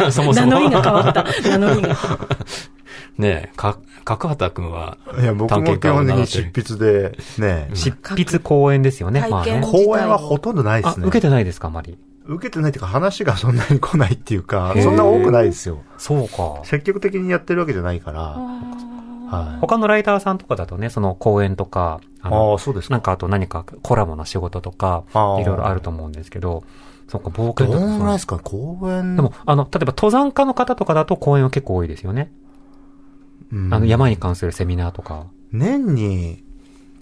[SPEAKER 4] ら、 そも
[SPEAKER 2] 名
[SPEAKER 4] そ
[SPEAKER 2] 乗
[SPEAKER 4] も
[SPEAKER 2] り。が変わった。名乗りが。
[SPEAKER 4] ねえ、か、角畑くんは、
[SPEAKER 5] いや、僕
[SPEAKER 4] 探
[SPEAKER 5] も
[SPEAKER 4] 検
[SPEAKER 5] 基
[SPEAKER 4] 家を
[SPEAKER 5] 本
[SPEAKER 4] 名
[SPEAKER 5] 的
[SPEAKER 4] 乗
[SPEAKER 5] に
[SPEAKER 4] って
[SPEAKER 5] 執
[SPEAKER 4] る
[SPEAKER 5] 筆で、ね、
[SPEAKER 3] 執筆公演ですよね。まあ
[SPEAKER 6] 体
[SPEAKER 3] ね
[SPEAKER 6] 験。
[SPEAKER 5] 講演はほとんどないで
[SPEAKER 3] あ、
[SPEAKER 5] すね。
[SPEAKER 3] 受けてないですか、あまり。
[SPEAKER 5] 受けてないっていうか、話がそんなに来ないっていうか
[SPEAKER 3] へ、ー
[SPEAKER 5] そんな多くないですよ。
[SPEAKER 3] そうか。
[SPEAKER 5] 積極的にやってるわけじゃないから、はい。
[SPEAKER 3] 他のライターさんとかだとね、その講演とか、あ
[SPEAKER 5] あ
[SPEAKER 3] の
[SPEAKER 5] あ、、そうです
[SPEAKER 3] なん
[SPEAKER 5] か。
[SPEAKER 3] かあと何かコラボの仕事とか、い
[SPEAKER 5] あ
[SPEAKER 3] ろ
[SPEAKER 5] ー
[SPEAKER 3] いろあると思うんですけど、そうか、冒
[SPEAKER 5] ど
[SPEAKER 3] 険とか
[SPEAKER 5] んぐらい
[SPEAKER 3] そう
[SPEAKER 5] ですか講演
[SPEAKER 3] でも、、あの、例えば登山家の方とかだと講演は結構多いですよね。
[SPEAKER 5] うん
[SPEAKER 3] あの、山に関するセミナーとか。
[SPEAKER 5] 年に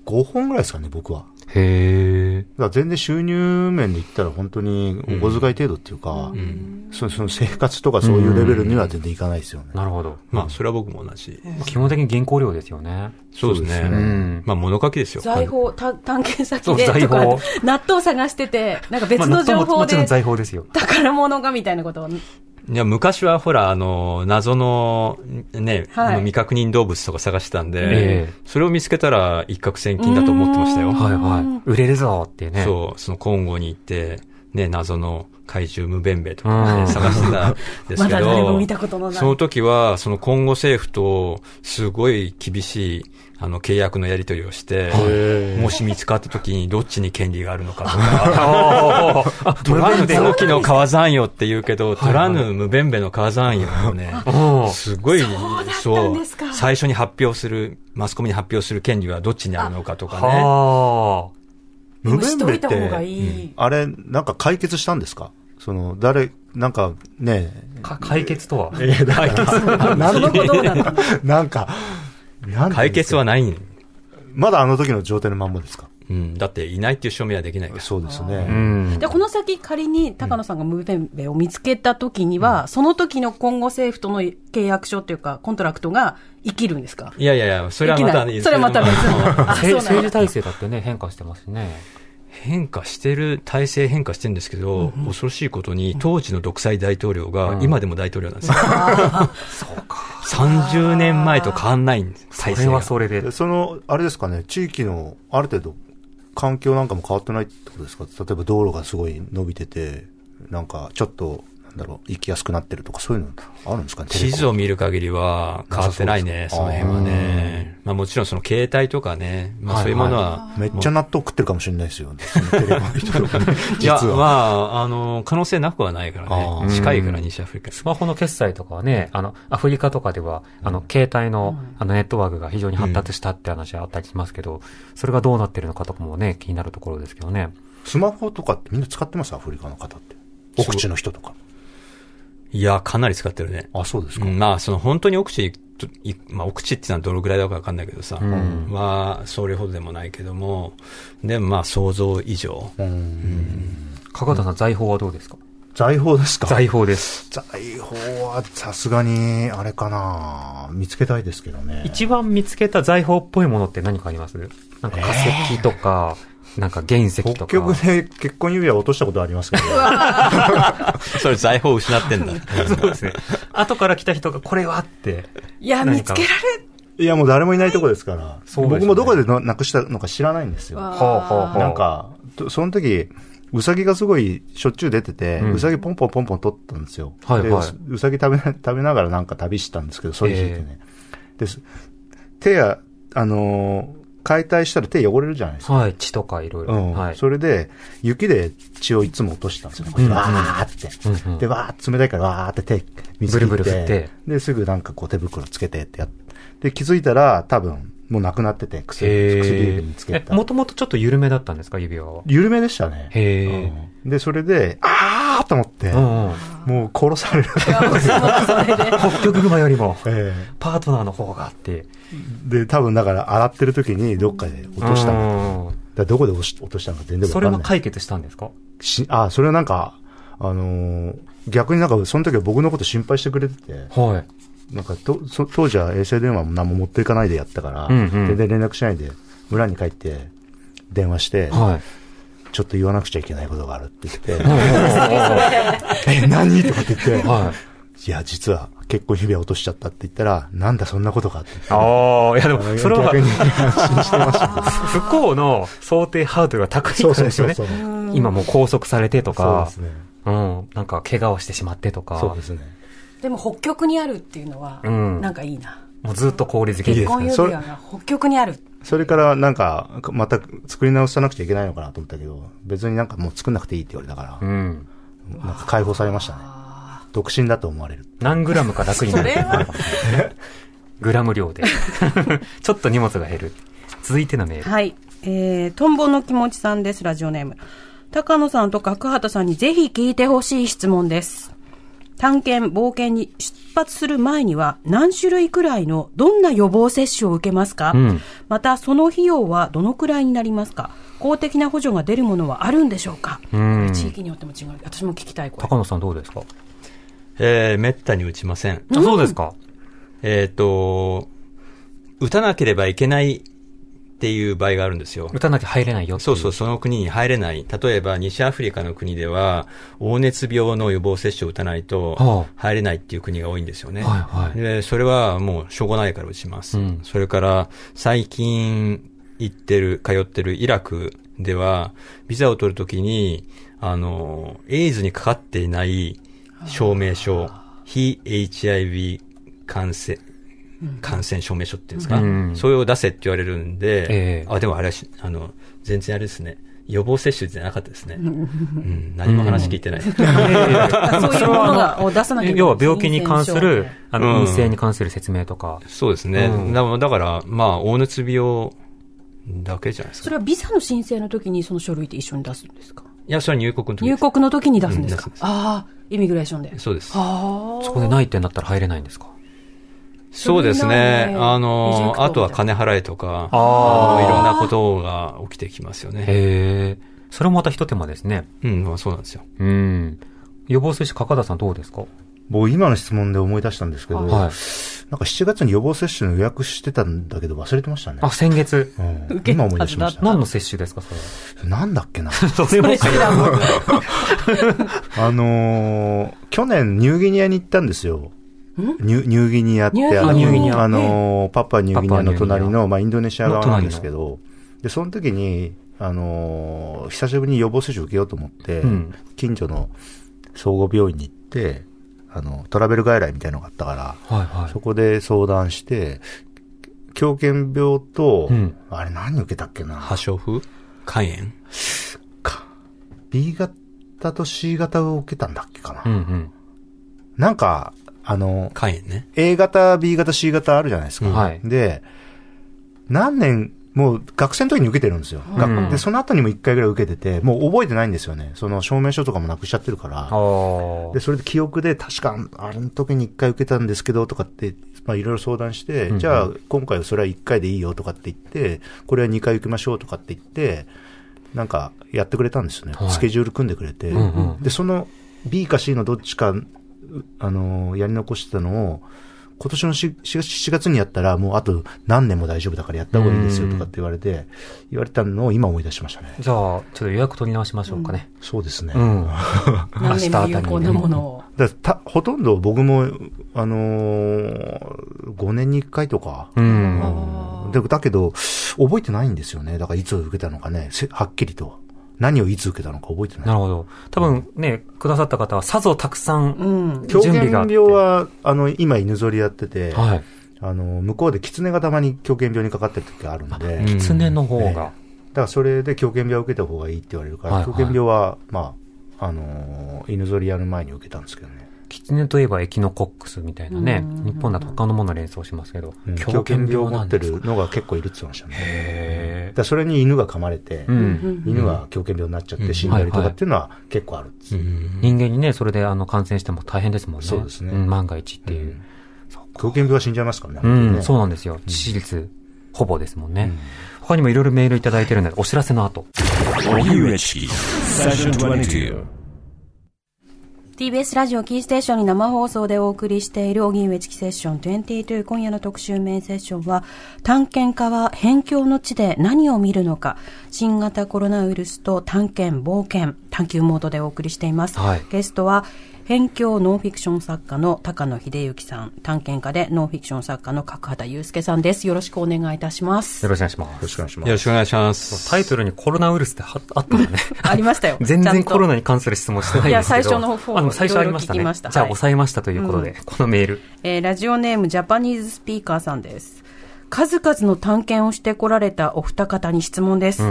[SPEAKER 5] 5本ぐらいですかね、僕は。
[SPEAKER 3] へえ。
[SPEAKER 5] だから全然収入面で言ったら本当にお小遣い程度っていうか、
[SPEAKER 4] うん。
[SPEAKER 5] そその生活とかそういうレベルには全然いかないですよね。
[SPEAKER 3] なるほど。
[SPEAKER 4] まあ、それは僕も同じ。
[SPEAKER 3] 基本的に原稿料ですよね。
[SPEAKER 4] そうです
[SPEAKER 5] う
[SPEAKER 3] う
[SPEAKER 4] ね。
[SPEAKER 3] ん。
[SPEAKER 4] まあ、物書きですよ。
[SPEAKER 6] 財宝、た探検
[SPEAKER 3] そ
[SPEAKER 6] 先
[SPEAKER 3] う、
[SPEAKER 6] で
[SPEAKER 3] 財
[SPEAKER 6] と
[SPEAKER 3] 宝
[SPEAKER 6] か、。納豆探してて、なんか別
[SPEAKER 3] ま
[SPEAKER 6] の
[SPEAKER 3] あ納豆
[SPEAKER 6] 情
[SPEAKER 3] も
[SPEAKER 6] 報
[SPEAKER 3] もちろん
[SPEAKER 6] で、
[SPEAKER 3] 財宝ですよ。
[SPEAKER 6] 宝物がみたいなことを。
[SPEAKER 4] いや、昔はほら、あの、謎の、ね、
[SPEAKER 6] はい
[SPEAKER 4] あの未確認動物とか探してたんで、
[SPEAKER 3] ええ
[SPEAKER 4] それを見つけたら一攫千金だと思ってましたよ。
[SPEAKER 3] はいはい。売れるぞっていうね。
[SPEAKER 4] そう、そのコンゴに行って、ね、謎の怪獣ムベンベとか
[SPEAKER 3] うん
[SPEAKER 4] ね、探してたんです
[SPEAKER 6] ま
[SPEAKER 4] けど、
[SPEAKER 6] だ誰も見たことのない。
[SPEAKER 4] その時は、そのコンゴ政府と、すごい厳しい、あの、契約のやり取りをして、もし見つかった時にどっちに権利があるのかとか、取らぬ臓器の川山よって言うけど、取らぬ無弁べの川山よをね、
[SPEAKER 3] うん。
[SPEAKER 4] すごい、
[SPEAKER 6] ん
[SPEAKER 4] そ
[SPEAKER 6] で
[SPEAKER 4] う
[SPEAKER 6] すか、
[SPEAKER 4] 最初に発表する、マスコミに発表する権利はどっちにあるのかとかね。
[SPEAKER 3] はあ。
[SPEAKER 6] でもしといた
[SPEAKER 5] 無
[SPEAKER 6] 方
[SPEAKER 5] 弁
[SPEAKER 6] が
[SPEAKER 5] 弁
[SPEAKER 6] い
[SPEAKER 5] って、
[SPEAKER 6] い。
[SPEAKER 5] あれ、なんか解決したんですかその、誰、なんかね、
[SPEAKER 3] か解決とは。
[SPEAKER 5] なん
[SPEAKER 6] その後どうなの
[SPEAKER 5] なんか、なんていうんですか
[SPEAKER 4] 解決はない。
[SPEAKER 5] まだあの時の状態のまんまですか
[SPEAKER 4] うん、だっていないっていう証明はできないから。
[SPEAKER 5] そうです
[SPEAKER 3] う
[SPEAKER 5] ね。
[SPEAKER 3] ん。
[SPEAKER 6] でこの先仮に高野さんがムーベンベを見つけた時には、その時の今後政府との契約書っていうかコントラクトが生きるんですか
[SPEAKER 4] いやいやいや、それはまたね、
[SPEAKER 6] 生きないそれはまた別の。あ、
[SPEAKER 3] せ
[SPEAKER 6] そうなん
[SPEAKER 3] 政
[SPEAKER 6] だ
[SPEAKER 3] 治体制だってね、変化してますね。
[SPEAKER 4] 変化してる、体制変化してるんですけど、恐ろしいことに、当時の独裁大統領
[SPEAKER 3] う
[SPEAKER 4] が
[SPEAKER 3] ん
[SPEAKER 4] 今でも大統領なんですよ。30年前と変わんないんです、
[SPEAKER 3] そ
[SPEAKER 4] 体
[SPEAKER 3] れ
[SPEAKER 4] 制
[SPEAKER 3] は
[SPEAKER 4] が。
[SPEAKER 3] それで
[SPEAKER 5] で。その、あれですかね、地域の、ある程度、環境なんかも変わってないってことですか例えば道路がすごい伸びてて、なんか、ちょっと、なんだろう、行きやすくなってるとか、そういうのあるんですかね
[SPEAKER 4] 地図を見る限りは変わってないね、
[SPEAKER 5] あ
[SPEAKER 4] その辺はね。まあもちろんその携帯とかね、まあそういうものは、
[SPEAKER 5] めっちゃ納豆食ってるかもしれ ないですよね。そのテレビの人とかね
[SPEAKER 4] いや、
[SPEAKER 5] 実
[SPEAKER 4] ま
[SPEAKER 5] は。
[SPEAKER 4] あ、あの、可能性なくはないから
[SPEAKER 5] あ
[SPEAKER 4] ね。近いから西アフリカ。
[SPEAKER 3] スマホの決済とかはね、あの、アフリカとかでは、あの、携帯の、あの、ネットワークが非常に発達したって話あったりしますけど、それがどうなってるのかとかもね、気になるところですけどね。
[SPEAKER 5] スマホとかってみんな使ってますアフリカの方って。お口の人とか。
[SPEAKER 4] いや、かなり使ってるね。
[SPEAKER 5] あ、そうです
[SPEAKER 4] う
[SPEAKER 5] か。
[SPEAKER 4] んまあ、その本当に奥地行くと、いまあ、奥地ってのはどのぐらいだかわかんないけどさ、
[SPEAKER 3] ん
[SPEAKER 4] まあ、それほどでもないけども、でもまあ、想像以上。
[SPEAKER 5] うん
[SPEAKER 3] かがたさん、財宝はどうですか
[SPEAKER 5] 財宝ですか
[SPEAKER 3] 財宝です。
[SPEAKER 5] 財宝はさすがに、あれかな見つけたいですけどね。
[SPEAKER 3] 一番見つけた財宝っぽいものって何かありますなんか化石とか、なんか原石と
[SPEAKER 5] 北
[SPEAKER 3] か。
[SPEAKER 5] 極で結婚指輪落としたことありますけ ど、
[SPEAKER 4] それ財宝失ってん だ。
[SPEAKER 3] そうです ね。後から来た人がこれはって。
[SPEAKER 6] いや、
[SPEAKER 3] 何
[SPEAKER 6] 見
[SPEAKER 3] か
[SPEAKER 6] つけられ
[SPEAKER 5] いやもう誰もいないとこですから、
[SPEAKER 3] そうですよね
[SPEAKER 5] 僕もどこでのなくしたのか知らないんですよ。
[SPEAKER 3] はあ、はあはあ、
[SPEAKER 5] なん、か、とその時、ウサギがすごいしょっちゅう出てて、
[SPEAKER 3] うん
[SPEAKER 5] ウサギポンポンポンポン取ったんですよ。
[SPEAKER 3] はいはい
[SPEAKER 5] でうウサギ食べな、食べながらなんか旅したんですけど、それ引いてね。です。手や、あのー解体したら手汚れるじゃないですか。
[SPEAKER 3] はい、血とかいろいうろ。
[SPEAKER 5] ん。
[SPEAKER 3] はい。
[SPEAKER 5] それで、雪で血をいつも落としてたんですよね。
[SPEAKER 3] うん
[SPEAKER 5] わーって。
[SPEAKER 3] うんうん
[SPEAKER 5] で、わー冷たいからわーって手、水切って
[SPEAKER 3] ブルブル振って
[SPEAKER 5] で、すぐなんかこう手袋つけてってやって。で、気づいたら、多分、もうなくなってて、薬、薬指につけた。
[SPEAKER 3] もともとちょっと緩めだったんですか、指輪は。
[SPEAKER 5] 緩めでしたね。
[SPEAKER 3] へー
[SPEAKER 5] うんで、それで、あーと思って、
[SPEAKER 3] うんうん。
[SPEAKER 5] もう殺される。
[SPEAKER 3] 北極熊よりも、
[SPEAKER 5] え
[SPEAKER 3] パートナーの方がって。
[SPEAKER 5] えで、多分だから洗ってる時にどっかで落としたの。
[SPEAKER 3] の。
[SPEAKER 5] だからどこで落し落としたのか全然
[SPEAKER 3] そ
[SPEAKER 5] わ
[SPEAKER 3] れ
[SPEAKER 5] かん
[SPEAKER 3] は
[SPEAKER 5] ない。
[SPEAKER 3] 解決したんですか
[SPEAKER 5] しあ、それはなんか、あのー逆になんかその時は僕のこと心配してくれてて、
[SPEAKER 3] はい。
[SPEAKER 5] なんかとそ当時は衛星電話も何も持っていかないでやったから、
[SPEAKER 3] うんうん
[SPEAKER 5] 全然連絡しないで村に帰って電話して、
[SPEAKER 3] はい。
[SPEAKER 5] ちょっと言わなくちゃいけないことがあるって言って、え、何とかって言って、
[SPEAKER 3] はい。
[SPEAKER 5] いや、実は結婚指輪落としちゃったって言ったら、なんだそんなことかって言って。
[SPEAKER 3] ああ、いやでも、それは
[SPEAKER 5] 逆、に安心してましたね。
[SPEAKER 3] 不幸の想定ハードルが高いか
[SPEAKER 5] そう
[SPEAKER 3] ら
[SPEAKER 5] そう
[SPEAKER 3] ですよ
[SPEAKER 5] そう
[SPEAKER 3] ね
[SPEAKER 5] そ。う。そう
[SPEAKER 3] 今もう拘束されてとか
[SPEAKER 5] です、ね。
[SPEAKER 3] うん、なんか怪我をしてしまってと
[SPEAKER 5] そ
[SPEAKER 3] か
[SPEAKER 5] うで、すね。
[SPEAKER 6] でも北極にあるっていうのは、
[SPEAKER 3] うん
[SPEAKER 6] なんかいいな。
[SPEAKER 3] もうずっと氷漬け
[SPEAKER 5] い
[SPEAKER 3] で
[SPEAKER 5] いですす
[SPEAKER 6] 婚
[SPEAKER 5] ね
[SPEAKER 6] 指
[SPEAKER 5] そ
[SPEAKER 6] 輪
[SPEAKER 5] れ
[SPEAKER 6] が北極にある。
[SPEAKER 5] それからなんか、また作り直さなくちゃいけないのかなと思ったけど、別になんかもう作んなくていいって言われたか
[SPEAKER 3] う
[SPEAKER 5] ら、
[SPEAKER 3] ん。
[SPEAKER 5] なんか解放されましたね。独身だと思われる。
[SPEAKER 3] 何グラムか楽になるっていうのがあるかもしれない。グラム量で。ちょっと荷物が減る。続いてのメール。
[SPEAKER 2] はい。えー、トンボの気持ちさんです、ラジオネーム。高野さんと角畑さんにぜひ聞いてほしい質問です。探検、冒険に出発する前には何種類くらいのどんな予防接種を受けますか、
[SPEAKER 3] ん
[SPEAKER 2] またその費用はどのくらいになりますか公的な補助が出るものはあるんでしょうか、
[SPEAKER 3] うん。
[SPEAKER 6] 地域によっても違う。私も聞きた い、これ。
[SPEAKER 3] 高野さんどうですか
[SPEAKER 4] えー、めったに打ちません。
[SPEAKER 3] あそうですか。
[SPEAKER 4] えっ、と、打たなければいけないっていう場合があるんですよ
[SPEAKER 3] 打。たなきゃ入れないよってい
[SPEAKER 4] そうそう、。その国に入れない。例えば、西アフリカの国では、黄熱病の予防接種を打たないと
[SPEAKER 3] はあ、
[SPEAKER 4] 入れないっていう国が多いんですよね。
[SPEAKER 3] はいはい。
[SPEAKER 4] で、それはもうしょうがないから打ちます。
[SPEAKER 3] うん
[SPEAKER 4] それから、最近行ってる、通ってるイラクでは、ビザを取るときに、あの、エイズにかかっていない証明書、非 HIV 感染、感染証明書っていうんですか、
[SPEAKER 3] うん
[SPEAKER 4] それを出せって言われるんで、
[SPEAKER 3] ええ
[SPEAKER 4] あ、でもあれはし、あの、全然あれですね。予防接種じゃなかったですね。うん、何も話聞いてない。
[SPEAKER 6] そういうものが、を出さなきゃいけない。
[SPEAKER 3] 要は病気に関する、あの、
[SPEAKER 4] うん
[SPEAKER 3] 陰性に関する説明とか。
[SPEAKER 4] そうですね。
[SPEAKER 3] うん
[SPEAKER 4] だだから、まあ、黄熱病だけじゃないです
[SPEAKER 6] そ
[SPEAKER 4] か。
[SPEAKER 6] れはビザの申請の時にその書類って一緒に出すんですか
[SPEAKER 4] いや、それは入国の時
[SPEAKER 6] 入
[SPEAKER 4] です。
[SPEAKER 6] 国の時に出すんです
[SPEAKER 4] う
[SPEAKER 6] か
[SPEAKER 4] ん出す
[SPEAKER 6] ああ、イミグレーションで。
[SPEAKER 4] そうです。
[SPEAKER 6] ああ。
[SPEAKER 3] そこでないってなったら入れないんですか
[SPEAKER 4] そうですね。
[SPEAKER 6] それはね
[SPEAKER 4] あ
[SPEAKER 6] リジェ
[SPEAKER 4] の
[SPEAKER 6] ク、ト
[SPEAKER 4] あとは金払えとか、
[SPEAKER 3] あ
[SPEAKER 4] あのいろんなことが起きてきますよね。
[SPEAKER 3] へえ。それもまた一手間ですね。
[SPEAKER 4] うん、まあそうなんですよ。
[SPEAKER 3] うん。予防接種、かかださんどうですか
[SPEAKER 5] 僕今の質問で思い出したんですけど、なん
[SPEAKER 3] はい
[SPEAKER 5] か。7月に予防接種の予約してたんだけど忘れてましたね。
[SPEAKER 3] あ、先月。
[SPEAKER 5] うん
[SPEAKER 6] 受け
[SPEAKER 5] 今思い出しました。
[SPEAKER 3] 何の接種ですか、それは。
[SPEAKER 5] なんだっけな。
[SPEAKER 3] それも
[SPEAKER 5] あのー去年ニューギニアに行ったんですよ。ニュニューギニアって、
[SPEAKER 6] ニュー
[SPEAKER 5] あの
[SPEAKER 3] ニューギニア
[SPEAKER 5] あのーパパニューギニアの隣
[SPEAKER 3] パパニューギニ
[SPEAKER 5] の、まあ、インドネシア側なんですけど、で、その時に、あのー久しぶりに予防接種受けようと思って、
[SPEAKER 3] うん
[SPEAKER 5] 近所の総合病院に行って、あの、トラベル外来みたいなのがあったから、
[SPEAKER 3] はいはい
[SPEAKER 5] そ。こで相談して、狂犬病と、
[SPEAKER 3] うん
[SPEAKER 5] あれ何受けたっけな
[SPEAKER 4] 破傷風肝炎
[SPEAKER 5] ?B 型と C 型を受けたんだっけかな、
[SPEAKER 3] うんうん。
[SPEAKER 5] なんか、あの、
[SPEAKER 4] 肝炎ね。
[SPEAKER 5] A 型、B 型、C 型あるじゃないですか。
[SPEAKER 4] うん
[SPEAKER 3] はい
[SPEAKER 5] で、何年、もう学生の時に受けてるんですよ。学
[SPEAKER 3] うん
[SPEAKER 5] で、その後にも一回ぐらい受けてて、もう覚えてないんですよね。その証明書とかもなくしちゃってるか
[SPEAKER 3] あ
[SPEAKER 5] ら。
[SPEAKER 3] あ。
[SPEAKER 5] で、それで記憶で確か、あれの時に一回受けたんですけど、とかって、まあいろいろ相談して、
[SPEAKER 3] うん
[SPEAKER 5] じゃあ今回はそれは一回でいいよとかって言って、これは二回受けましょうとかって言って、なんかやってくれたんですよね。
[SPEAKER 3] はい
[SPEAKER 5] スケジュール組んでくれて。
[SPEAKER 3] うんうん
[SPEAKER 5] で、その B か C のどっちか、うあのーやり残してたのを、今年の 4, 月にやったら、もうあと何年も大丈夫だからやった方がいいですよとかって言われて、言われたのを今思い出しましたね。
[SPEAKER 3] じゃあ、ちょっと予約取り直しましょうかね。
[SPEAKER 5] そうですね。
[SPEAKER 3] うん。明
[SPEAKER 6] 何
[SPEAKER 3] 日
[SPEAKER 6] 年
[SPEAKER 3] あた
[SPEAKER 6] も
[SPEAKER 3] り
[SPEAKER 6] 有
[SPEAKER 3] に
[SPEAKER 6] 効なものを。
[SPEAKER 5] だからたほとんど僕も、あのー、5年に1回とか、
[SPEAKER 3] うん。
[SPEAKER 5] でだけど、覚えてないんですよね。だからいつ受けたのかね、せはっきりと。何をいつ受けたのか覚えてない。
[SPEAKER 3] なるほど。多分ね、くださった方はさぞたくさ
[SPEAKER 6] うん
[SPEAKER 3] 準
[SPEAKER 6] ん。
[SPEAKER 5] 狂
[SPEAKER 3] 備
[SPEAKER 5] 犬
[SPEAKER 3] があって。
[SPEAKER 5] 病は、あの、今犬ぞりやってて、
[SPEAKER 3] はい。
[SPEAKER 5] あの、向こうで狐がたまに狂犬病にかかってる時があるんで、
[SPEAKER 4] ん
[SPEAKER 5] だ
[SPEAKER 3] 狐の方が。
[SPEAKER 5] からそれで狂犬病を受けた方がいいって言われるから、
[SPEAKER 3] はいはい
[SPEAKER 5] 狂犬病は、まあ、あのー犬ぞりやる前に受けたんですけどね。
[SPEAKER 3] 狐といえばエキノコックスみたいなね
[SPEAKER 6] うん。
[SPEAKER 3] 日本だと他のもの連想しますけど
[SPEAKER 5] うん。狂
[SPEAKER 3] 狂
[SPEAKER 5] 犬
[SPEAKER 3] 犬
[SPEAKER 5] 病
[SPEAKER 3] 病
[SPEAKER 5] を持
[SPEAKER 3] な
[SPEAKER 5] っ
[SPEAKER 3] ん
[SPEAKER 5] て
[SPEAKER 3] ですか
[SPEAKER 5] る。のが結構いるって言ってましたね。
[SPEAKER 3] へ
[SPEAKER 5] だからそれに犬が噛まれて、
[SPEAKER 3] ーう
[SPEAKER 6] う
[SPEAKER 3] ん。
[SPEAKER 6] ん
[SPEAKER 5] 犬が狂犬病になっちゃっ
[SPEAKER 4] うん
[SPEAKER 5] て死んだり
[SPEAKER 3] はい
[SPEAKER 5] とか
[SPEAKER 3] はい
[SPEAKER 5] っていうのは結構あるんです、
[SPEAKER 3] 人間にね、それであの感染しても大変ですもんね。
[SPEAKER 5] そうですね。
[SPEAKER 3] ん万が一っていううん
[SPEAKER 5] 狂犬病は死んじゃいますからね。
[SPEAKER 3] う
[SPEAKER 5] 本当に
[SPEAKER 3] ん、
[SPEAKER 5] ね
[SPEAKER 3] そうなんですよ。致死率、ほぼですもんね。他にもいろいろメールいただいてるので、お知らせの後。
[SPEAKER 1] 荻上チキ Session 22.
[SPEAKER 6] TBS ラジオキーステーションに生放送でお送りしている、荻上チキセッション22、今夜の特集メインセッションは、探検家は辺境の地で何を見るのか、新型コロナウイルスと探検、冒険、探求モードでお送りしています。
[SPEAKER 3] はい
[SPEAKER 6] ゲストは、辺境ノンフィクション作家の高野秀幸さん、探検家でノンフィクション作家の角畑祐介さんです。よろしくお願いいたします
[SPEAKER 3] よ。ろしくお願いしま
[SPEAKER 5] よろしく
[SPEAKER 3] す。
[SPEAKER 5] お願いしま
[SPEAKER 4] よろしくお願いします。
[SPEAKER 3] タイトルにコロナウイルスってはあったんだね。。
[SPEAKER 6] ありましたよ
[SPEAKER 3] 全
[SPEAKER 6] ちゃ
[SPEAKER 3] 然
[SPEAKER 6] んと
[SPEAKER 3] コロナに関する質問してないんですけど。
[SPEAKER 6] いや最初の方
[SPEAKER 3] あ、でも最初ありました
[SPEAKER 6] いろ
[SPEAKER 3] ね。
[SPEAKER 6] いろ聞きました
[SPEAKER 3] じゃあ
[SPEAKER 6] はい
[SPEAKER 3] 抑えましたということで、このメール。
[SPEAKER 6] えーラジオネームジャパニーズスピーカーさんです。数々の探検をしてこられたお二方に質問です。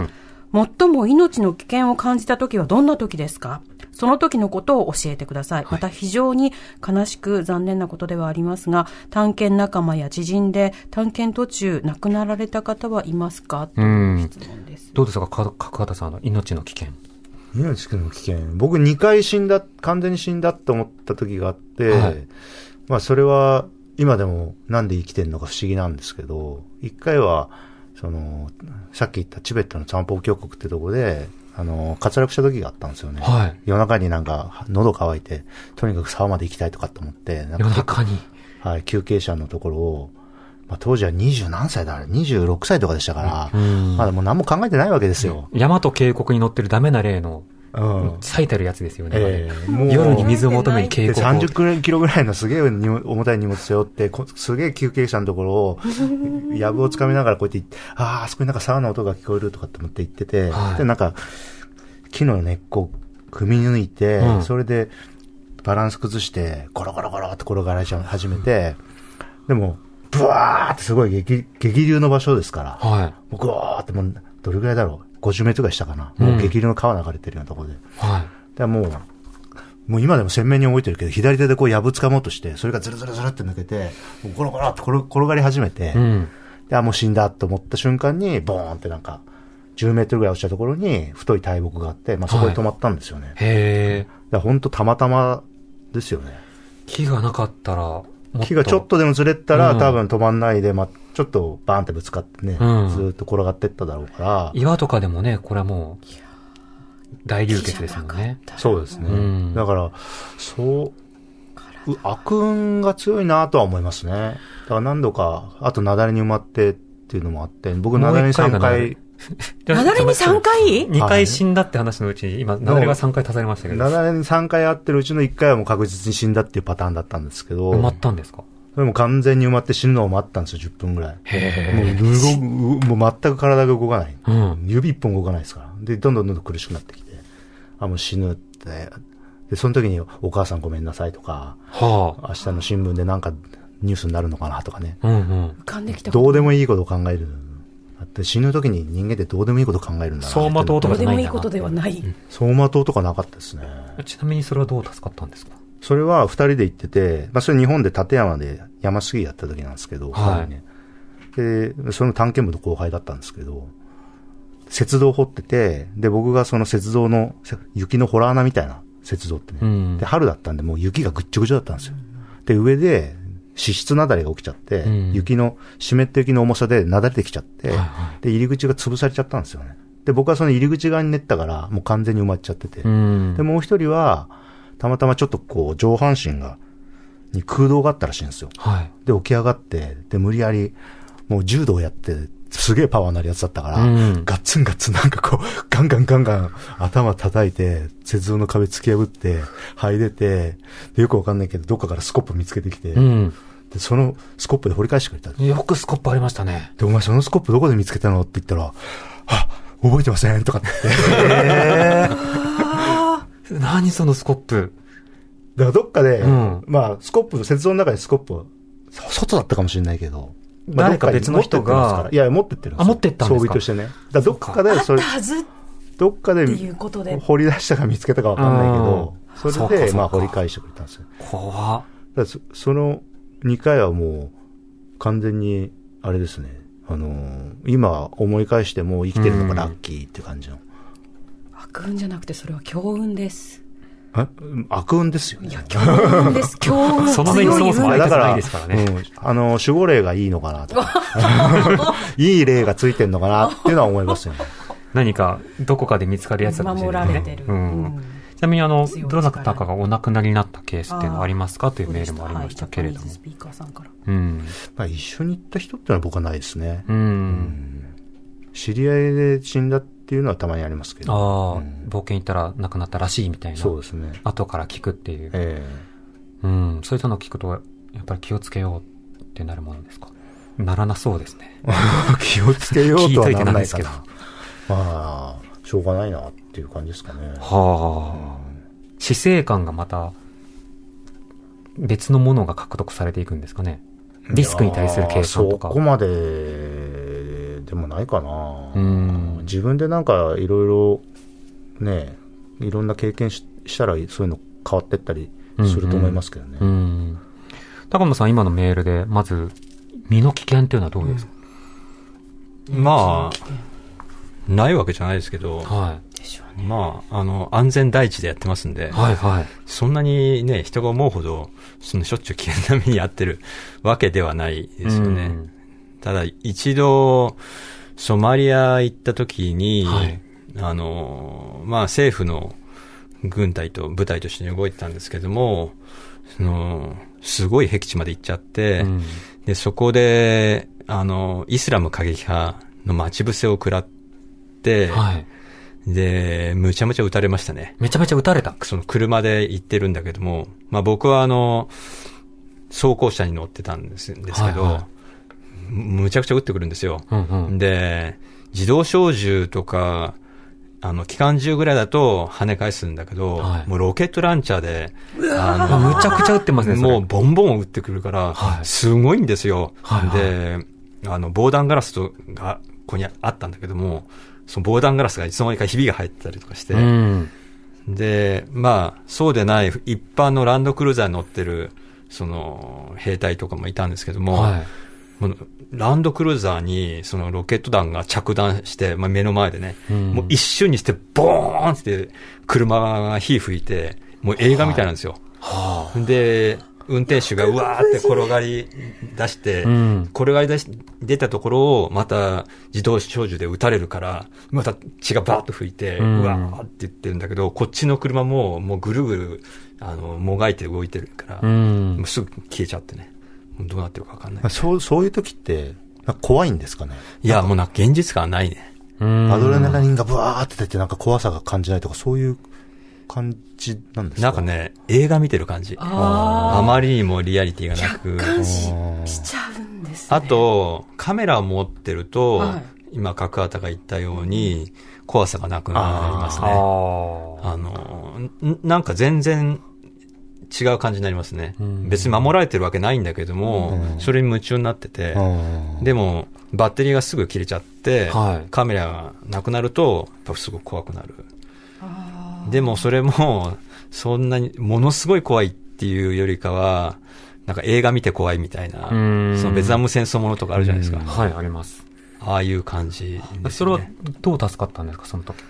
[SPEAKER 6] 最も命の危険を感じた時はどんな時ですかその時のことを教えてください。また非常に悲しく残念なことではありますが、探検仲間や知人で探検途中亡くなられた方はいますかという質問です。
[SPEAKER 3] どうですか、か角畑さんの命の危険。
[SPEAKER 5] す。命君の危険。僕2回死んだ、完全に死んだって思った時があって、
[SPEAKER 3] はい
[SPEAKER 5] まあそれは今でもなんで生きてるのか不思議なんですけど、1回は、その、さっき言ったチベットの三方峡谷ってとこで、あの、滑落した時があったんですよね。
[SPEAKER 3] はい
[SPEAKER 5] 夜中になんか喉乾いて、とにかく沢まで行きたいとかって思って、なんか
[SPEAKER 3] 夜中に。
[SPEAKER 5] はい、救急車のところを、まあ、当時は20何歳だあれ ?26 歳とかでしたから、まだもう何も考えてないわけですよ。
[SPEAKER 3] 大和渓谷に乗ってるダメな例の
[SPEAKER 5] うん。
[SPEAKER 3] 最たるやつですよね。
[SPEAKER 5] ええもう
[SPEAKER 3] 夜に水を求めに渓
[SPEAKER 5] で
[SPEAKER 3] 谷を。
[SPEAKER 5] 30キロぐらいのすげえ荷物重たい荷物背負って、こすげえ救急車のところ を、やぶをつかみながらこうやって行って、ああ、あそこになんか沢の音が聞こえるとかって思って行ってて、
[SPEAKER 3] はい
[SPEAKER 5] で、なんか、木の根っこを組み抜いて、
[SPEAKER 3] うん
[SPEAKER 5] それで、バランス崩して、ゴロゴロゴロって転がらし始めて、でも、ブワーってすごい激激流の場所ですから、
[SPEAKER 3] は
[SPEAKER 5] もうぐわーってもう、どれぐらいだろう ?50 メートルぐらいしたかな。もう激流の川流れてるようなところで。
[SPEAKER 3] い。はい。
[SPEAKER 5] でもう、もう今でも鮮明に覚えてるけど、左手でこう、やぶ掴もうとして、それがズルズルズルって抜けて、もうゴロゴロって転転がり始めて、
[SPEAKER 3] うん。
[SPEAKER 5] で、あ、もう死んだと思った瞬間に、ボーンってなんか、10メートルぐらい落ちたところに、太い大木があって、まあそこに止まったんですよね。
[SPEAKER 3] へえ。
[SPEAKER 5] だ本当たまたまですよね。
[SPEAKER 3] 木がなかったら、もっと
[SPEAKER 5] 木がちょっとでもずれたら、
[SPEAKER 3] うん
[SPEAKER 5] 多分止まんないで、まあちょっとバーンってぶつかってね、
[SPEAKER 3] うん
[SPEAKER 5] ずーっと転がってっただろうから、
[SPEAKER 3] 岩とかでもね、これはもう、大流血ですもんね。
[SPEAKER 5] そうですね。
[SPEAKER 3] うん
[SPEAKER 5] だから、そう、う悪運が強いなとは思いますね。だから何度か、あと雪崩に埋まってっていうのもあって、僕雪
[SPEAKER 3] もう
[SPEAKER 5] 崩に
[SPEAKER 3] 一回が
[SPEAKER 5] 3回、
[SPEAKER 3] 雪
[SPEAKER 6] なだれに3回
[SPEAKER 3] ?2 回死んだって話のうちに、今、雪崩が3回足されましたけ
[SPEAKER 5] 雪
[SPEAKER 3] ど、埋
[SPEAKER 5] 崩に3回あってるうちの1回はもう確実に死んだっていうパターンだったんですけど、
[SPEAKER 3] まったんですか
[SPEAKER 5] それも完全に埋まって死ぬのを待ったんですよ、10分ぐらい。もう動くもう全く体が動かない。
[SPEAKER 3] うん
[SPEAKER 5] 指一本動かないですから。で、どんどんどんどん苦しくなってきて、あ、もう死ぬって。で、その時にお母さんごめんなさいとか、
[SPEAKER 3] は
[SPEAKER 5] 明日の新聞でなんかニュースになるのかなとかね。
[SPEAKER 3] あ。うんうん。
[SPEAKER 6] 浮かんできたこと
[SPEAKER 5] どうでもいいことを考える。だって死ぬ時に人間ってどうでもいいことを考えるんだな。
[SPEAKER 3] 走馬灯とか
[SPEAKER 6] どう
[SPEAKER 3] じ
[SPEAKER 6] で
[SPEAKER 3] ゃない
[SPEAKER 6] も
[SPEAKER 3] ん
[SPEAKER 6] いい
[SPEAKER 3] だ
[SPEAKER 6] こ
[SPEAKER 3] な
[SPEAKER 6] と。ではない。
[SPEAKER 5] 走馬灯とかなかったですね。
[SPEAKER 3] ちなみにそれはどう助かったんですか
[SPEAKER 5] それは二人で行ってて、まあそれ日本で立山で山スギやった時なんですけど、
[SPEAKER 3] はい
[SPEAKER 5] 二人ね。で、その探検部の後輩だったんですけど、雪道掘ってて、で、僕がその雪道の、せ雪のホラー穴みたいな雪道ってね。
[SPEAKER 3] うん
[SPEAKER 5] で、春だったんで、もう雪がぐっちょぐちょだったんですよ。で、上で、脂質なだれが起きちゃって、
[SPEAKER 3] ん
[SPEAKER 5] 雪の、湿った雪の重さでなだれてきちゃって、
[SPEAKER 3] いは
[SPEAKER 5] で、入り口が潰されちゃったんですよね。で、僕はその入り口側に練ったから、もう完全に埋まっちゃってて、
[SPEAKER 3] うん
[SPEAKER 5] で、。もう一人は、たまたまちょっとこう、上半身が、に空洞があったらしいんですよ。
[SPEAKER 3] はい。
[SPEAKER 5] で、起き上がって、で、無理やり、もう柔道やって、すげえパワーなるやつだったから、
[SPEAKER 3] うん
[SPEAKER 5] ガッツンガッツンなんかこう、 ガンガンガンガン頭叩いて、雪像の壁突き破って、這い出て、でよくわかんないけど、どっかからスコップ見つけてきて、
[SPEAKER 3] うん。
[SPEAKER 5] で、そのスコップで掘り返してくれた。
[SPEAKER 3] よくスコップありましたね。
[SPEAKER 5] で、お前そのスコップどこで見つけたのって言ったら、あ、覚えてませ んとかって言って。
[SPEAKER 3] 何そのスコップ。
[SPEAKER 5] だからどっかで、
[SPEAKER 3] うん
[SPEAKER 5] まあ、スコップ、雪像の中にスコップを、そ外だったかもしれないけど、まあ
[SPEAKER 3] 誰か
[SPEAKER 5] どっに
[SPEAKER 3] 別の人が
[SPEAKER 5] 持ってってますからいや、持ってってるんですよ
[SPEAKER 3] あ持ってったんですか
[SPEAKER 5] 装備としてね。だからどっかで、それ、
[SPEAKER 7] はずっ
[SPEAKER 5] どっかで
[SPEAKER 7] ていうことで。
[SPEAKER 5] 掘り出したか見つけたかわかんないけど、
[SPEAKER 3] うん
[SPEAKER 5] そ
[SPEAKER 3] そうか
[SPEAKER 5] れ
[SPEAKER 3] そう
[SPEAKER 5] で、
[SPEAKER 3] か
[SPEAKER 5] まあ、掘り返してくれたんですよ。だ
[SPEAKER 3] 怖っ
[SPEAKER 5] からそその2回はもう、完全に、あれですね、あのー今思い返しても生きてるのがラッキーっていう感じの。
[SPEAKER 6] 悪運じゃなくてそれは強運です。
[SPEAKER 5] え悪運ですよね。
[SPEAKER 6] 強運です。強運
[SPEAKER 3] その上に
[SPEAKER 6] 強い
[SPEAKER 3] そもそも
[SPEAKER 6] 運
[SPEAKER 3] あ
[SPEAKER 5] だ
[SPEAKER 3] な
[SPEAKER 5] から、
[SPEAKER 3] いですからね
[SPEAKER 5] うんあの、守護霊がいいのかなとか、 いい霊がついてんのかなっていうのは思いますよね。
[SPEAKER 3] 何か、どこかで見つかるやつだったかもし
[SPEAKER 6] 守
[SPEAKER 3] れな
[SPEAKER 6] ら
[SPEAKER 3] いね
[SPEAKER 6] れてる。
[SPEAKER 3] うん
[SPEAKER 6] うん
[SPEAKER 3] ちなみに、あの、
[SPEAKER 6] 強い力
[SPEAKER 3] どなたかがお亡くなりになったケースっていうのはありますかというメールもありましたけれど
[SPEAKER 6] はいジャパ
[SPEAKER 3] も
[SPEAKER 6] ニーズス。ピーカーさんから。
[SPEAKER 3] うん。
[SPEAKER 5] まあ、一緒に行った人ってのは僕はないですね。
[SPEAKER 3] うん。
[SPEAKER 5] 知り合いで死んだっていうのはたまにありますけ
[SPEAKER 3] ああ
[SPEAKER 5] ど。、
[SPEAKER 3] 冒険行ったら亡くなったらしいみたいな。
[SPEAKER 5] そうですね。
[SPEAKER 3] 後から聞くっていう。
[SPEAKER 5] え
[SPEAKER 3] うん。そういったのを聞くと、やっぱり気をつけようってなるものですかならなそうです ね。
[SPEAKER 5] え気をつけようとはならな
[SPEAKER 3] 聞いと
[SPEAKER 5] いか
[SPEAKER 3] いてなんですけど
[SPEAKER 5] な。まあ、しょうがないなっていう感じですかね。
[SPEAKER 3] はあ。死生観がまた、別のものが獲得されていくんですかね。リスクに対する計算とか。
[SPEAKER 5] いやーそこまで、でもないかな。
[SPEAKER 3] うん
[SPEAKER 5] 自分でなんかいろいろ、ね、いろんな経験ししたら、そういうの変わってったりすると思いますけどね。
[SPEAKER 3] うん。高野さん、今のメールで、まず、身の危険っていうのはどうですか、
[SPEAKER 4] まあ、ないわけじゃないですけど、
[SPEAKER 3] は
[SPEAKER 4] まあ、あの、安全第一でやってますんで、
[SPEAKER 3] い。はいはい。
[SPEAKER 4] そんなにね、人が思うほど、そのしょっちゅう危険な目に遭ってるわけではないですよね。
[SPEAKER 3] うん
[SPEAKER 4] ただ、一度、ソマリア行った時に、
[SPEAKER 3] はい
[SPEAKER 4] あの、まあ政府の軍隊と部隊として動いてたんですけども、その、すごい僻地まで行っちゃって、
[SPEAKER 3] うん
[SPEAKER 4] で、そこで、あの、イスラム過激派の待ち伏せを食らって、
[SPEAKER 3] はい。
[SPEAKER 4] で、むちゃむちゃ撃たれましたね。
[SPEAKER 3] めちゃめちゃ撃たれた。
[SPEAKER 4] その車で行ってるんだけども、まあ僕はあの、走行車に乗ってたんですですけど、
[SPEAKER 3] はいは
[SPEAKER 4] むむちゃくちゃ撃ってくるんですよ。
[SPEAKER 3] うんうん。
[SPEAKER 4] で、自動小銃とか、あの、機関銃ぐらいだと跳ね返すんだけど、
[SPEAKER 3] はい
[SPEAKER 4] もうロケットランチャーで、あ
[SPEAKER 3] あむちゃくちゃ撃ってますね、それ
[SPEAKER 4] もうボンボン撃ってくるから、
[SPEAKER 3] はい
[SPEAKER 4] すごいんですよ。
[SPEAKER 3] はいはい
[SPEAKER 4] で、あの、防弾ガラスとが、ここにあったんだけども、その防弾ガラスがいつの間にかひびが入ってたりとかして、
[SPEAKER 3] うん。
[SPEAKER 4] で、まあ、そうでない一般のランドクルーザーに乗ってる、その、兵隊とかもいたんですけども、
[SPEAKER 3] はい。
[SPEAKER 4] もうランドクルーザーに、そのロケット弾が着弾して、まあ、目の前でね、
[SPEAKER 3] うん
[SPEAKER 4] もう一瞬にして、ボーンって、車が火吹いて、もう映画みたいなんですよ。で、運転手がうわーって転がり出して、
[SPEAKER 3] うん
[SPEAKER 4] 転がり出し、出たところをまた自動小銃で撃たれるから、また血がバーッと吹いて、う
[SPEAKER 3] うん
[SPEAKER 4] わーって言ってるんだけど、こっちの車ももうぐるぐる、あの、もがいて動いてるから、
[SPEAKER 3] うん
[SPEAKER 4] もうすぐ消えちゃってね。もうどうなってるかわかんない
[SPEAKER 5] まあ。そう、そういう時って、なんか怖いんですかね。
[SPEAKER 4] いや、もうなんか現実感はないね。
[SPEAKER 3] うん
[SPEAKER 5] アドレナリンがブワーって出て、なんか怖さが感じないとか、そういう感じなんですか
[SPEAKER 4] なんか。ね、映画見てる感じ。あまりにもリアリティがなく。
[SPEAKER 7] しちゃうんです。
[SPEAKER 4] あと、カメラを持ってると、
[SPEAKER 6] はい
[SPEAKER 4] 今、角畑が言ったように、怖さがなくなりますね。
[SPEAKER 3] あ
[SPEAKER 4] あ
[SPEAKER 3] ー
[SPEAKER 4] の、んなんか全然違う感じになりますね。
[SPEAKER 3] ん
[SPEAKER 4] 別に守られてるわけないんだけども、それに夢中になってて、
[SPEAKER 5] うん。
[SPEAKER 4] でも、バッテリーがすぐ切れちゃって、
[SPEAKER 3] はい
[SPEAKER 4] カメラがなくなると、やっぱすごく怖くなる。でも、それも、そんなに、ものすごい怖いっていうよりかは、なんか映画見て怖いみたいな、そ
[SPEAKER 3] うん
[SPEAKER 4] のベトナム戦争ものとかあるじゃないですか。
[SPEAKER 3] はい、あります。
[SPEAKER 4] ああいう感じです
[SPEAKER 3] それ
[SPEAKER 4] よね、
[SPEAKER 3] はどう助かったんですか、その時。
[SPEAKER 4] い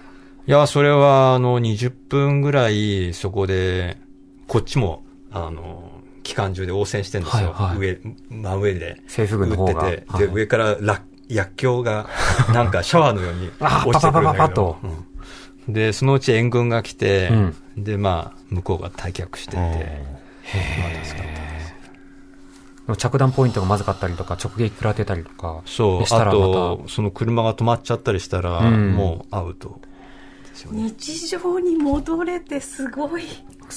[SPEAKER 4] や、それは、あの、20分ぐらい、そこで、こっちも、あの、機関銃で応戦してんですよ。
[SPEAKER 3] はいはい
[SPEAKER 4] 上、真上で。
[SPEAKER 3] 政府軍の方が
[SPEAKER 4] 撃ってて、
[SPEAKER 3] はい
[SPEAKER 4] で、 上からら薬莢が、なんかシャワーのように
[SPEAKER 3] あー
[SPEAKER 4] 落ちてくるんだけど。
[SPEAKER 3] パパパパパと
[SPEAKER 4] うんで、そのうち援軍が来て、
[SPEAKER 3] うん
[SPEAKER 4] で、まあ、向こうが退却してて、まあ、助かったです。
[SPEAKER 3] でも着弾ポイントがまずかったりとか、直撃食らってたりとか、
[SPEAKER 4] そう、
[SPEAKER 3] した
[SPEAKER 4] あ
[SPEAKER 3] らま
[SPEAKER 4] と、その車が止まっちゃったりしたら、
[SPEAKER 3] うん
[SPEAKER 4] もうアウト。
[SPEAKER 7] 日常に戻れてすごい。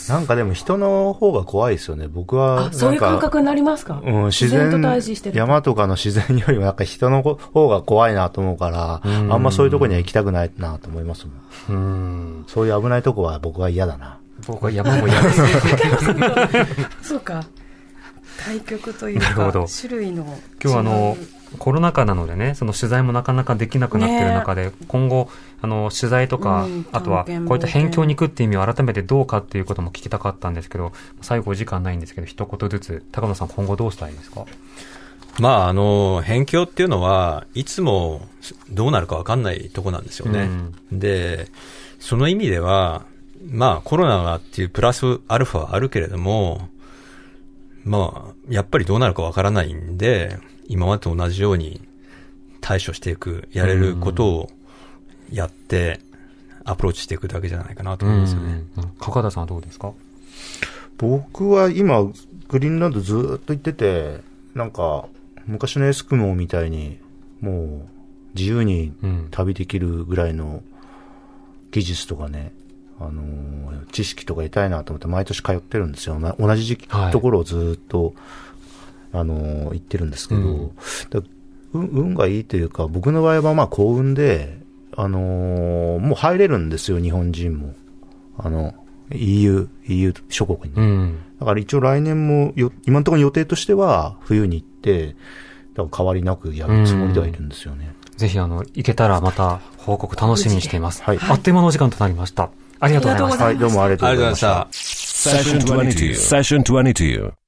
[SPEAKER 5] なんかでも人の方が怖いですよね。僕はなん
[SPEAKER 7] あ、
[SPEAKER 5] か。
[SPEAKER 7] そういう感覚になりますか
[SPEAKER 5] うん、自
[SPEAKER 7] 自
[SPEAKER 5] 然
[SPEAKER 7] 然と対峙してる。
[SPEAKER 5] 山とかの自然よりもなんか人の方が怖いなと思うから、
[SPEAKER 3] うん
[SPEAKER 5] あんまそういうとこには行きたくないなと思いますもん。
[SPEAKER 3] た、うん。
[SPEAKER 5] そういう危ないとこは僕は嫌だな。
[SPEAKER 3] 僕は山も嫌 です。
[SPEAKER 7] そうか。対局という
[SPEAKER 3] なるほ
[SPEAKER 7] か
[SPEAKER 3] ど、
[SPEAKER 7] 種類の。
[SPEAKER 3] 今日はあの
[SPEAKER 7] 違う、
[SPEAKER 3] コロナ禍なのでね、その取材もなかなかできなくなっている中で、今後、あの、取材とか、
[SPEAKER 7] うん
[SPEAKER 3] あとは、
[SPEAKER 7] 探
[SPEAKER 3] こ
[SPEAKER 7] 検
[SPEAKER 3] ういった辺境に行くっていう意味を改めてどうかっていうことも聞きたかったんですけど、最後お時間ないんですけど、一言ずつ、高野さん今後どうしたいですか
[SPEAKER 4] まあ、あの、辺境っていうのは、いつもどうなるかわかんないとこなんですよね。で、その意味では、まあコロナがっていうプラスアルファはあるけれども、まあ、やっぱりどうなるかわからないんで、今までと同じように対処していく、やれることをやって、アプローチしていくだけじゃないかなと
[SPEAKER 3] う
[SPEAKER 4] 思うん
[SPEAKER 3] ん
[SPEAKER 4] ですよね。。
[SPEAKER 3] 高田さんはどうですか
[SPEAKER 5] 僕は今、グリーンランドずーっと行ってて、なんか、昔のエスクモーみたいに、もう、自由に
[SPEAKER 3] うん。
[SPEAKER 5] 旅できるぐらいの技術とかね、あのー知識とか得たいなと思って毎年通ってるんですよ。な同じ時期、
[SPEAKER 3] はい
[SPEAKER 5] ところをずーっと、あのー行ってるんですけど、
[SPEAKER 3] うん
[SPEAKER 5] だ運運がいいというか、僕の場合はまあ幸運で、あのーもう入れるんですよ、日本人も。あの、EU、EU 諸国に。
[SPEAKER 3] うん。
[SPEAKER 5] だから一応来年もよ、今のところ予定としては冬に行って、だから変わりなくやるつもりではいるんですよね。
[SPEAKER 3] ぜひ、あの、行けたらまた報告楽しみにしています。
[SPEAKER 5] はい
[SPEAKER 3] あっという間のお時間となりました。ありがとうございました。
[SPEAKER 5] はい、どうもありがとう
[SPEAKER 4] あ
[SPEAKER 5] ご
[SPEAKER 4] りがとうご
[SPEAKER 5] ざ
[SPEAKER 4] ざ
[SPEAKER 5] い
[SPEAKER 4] い
[SPEAKER 5] ま
[SPEAKER 4] ま
[SPEAKER 5] し
[SPEAKER 4] したた。
[SPEAKER 8] Session 22. Session 22.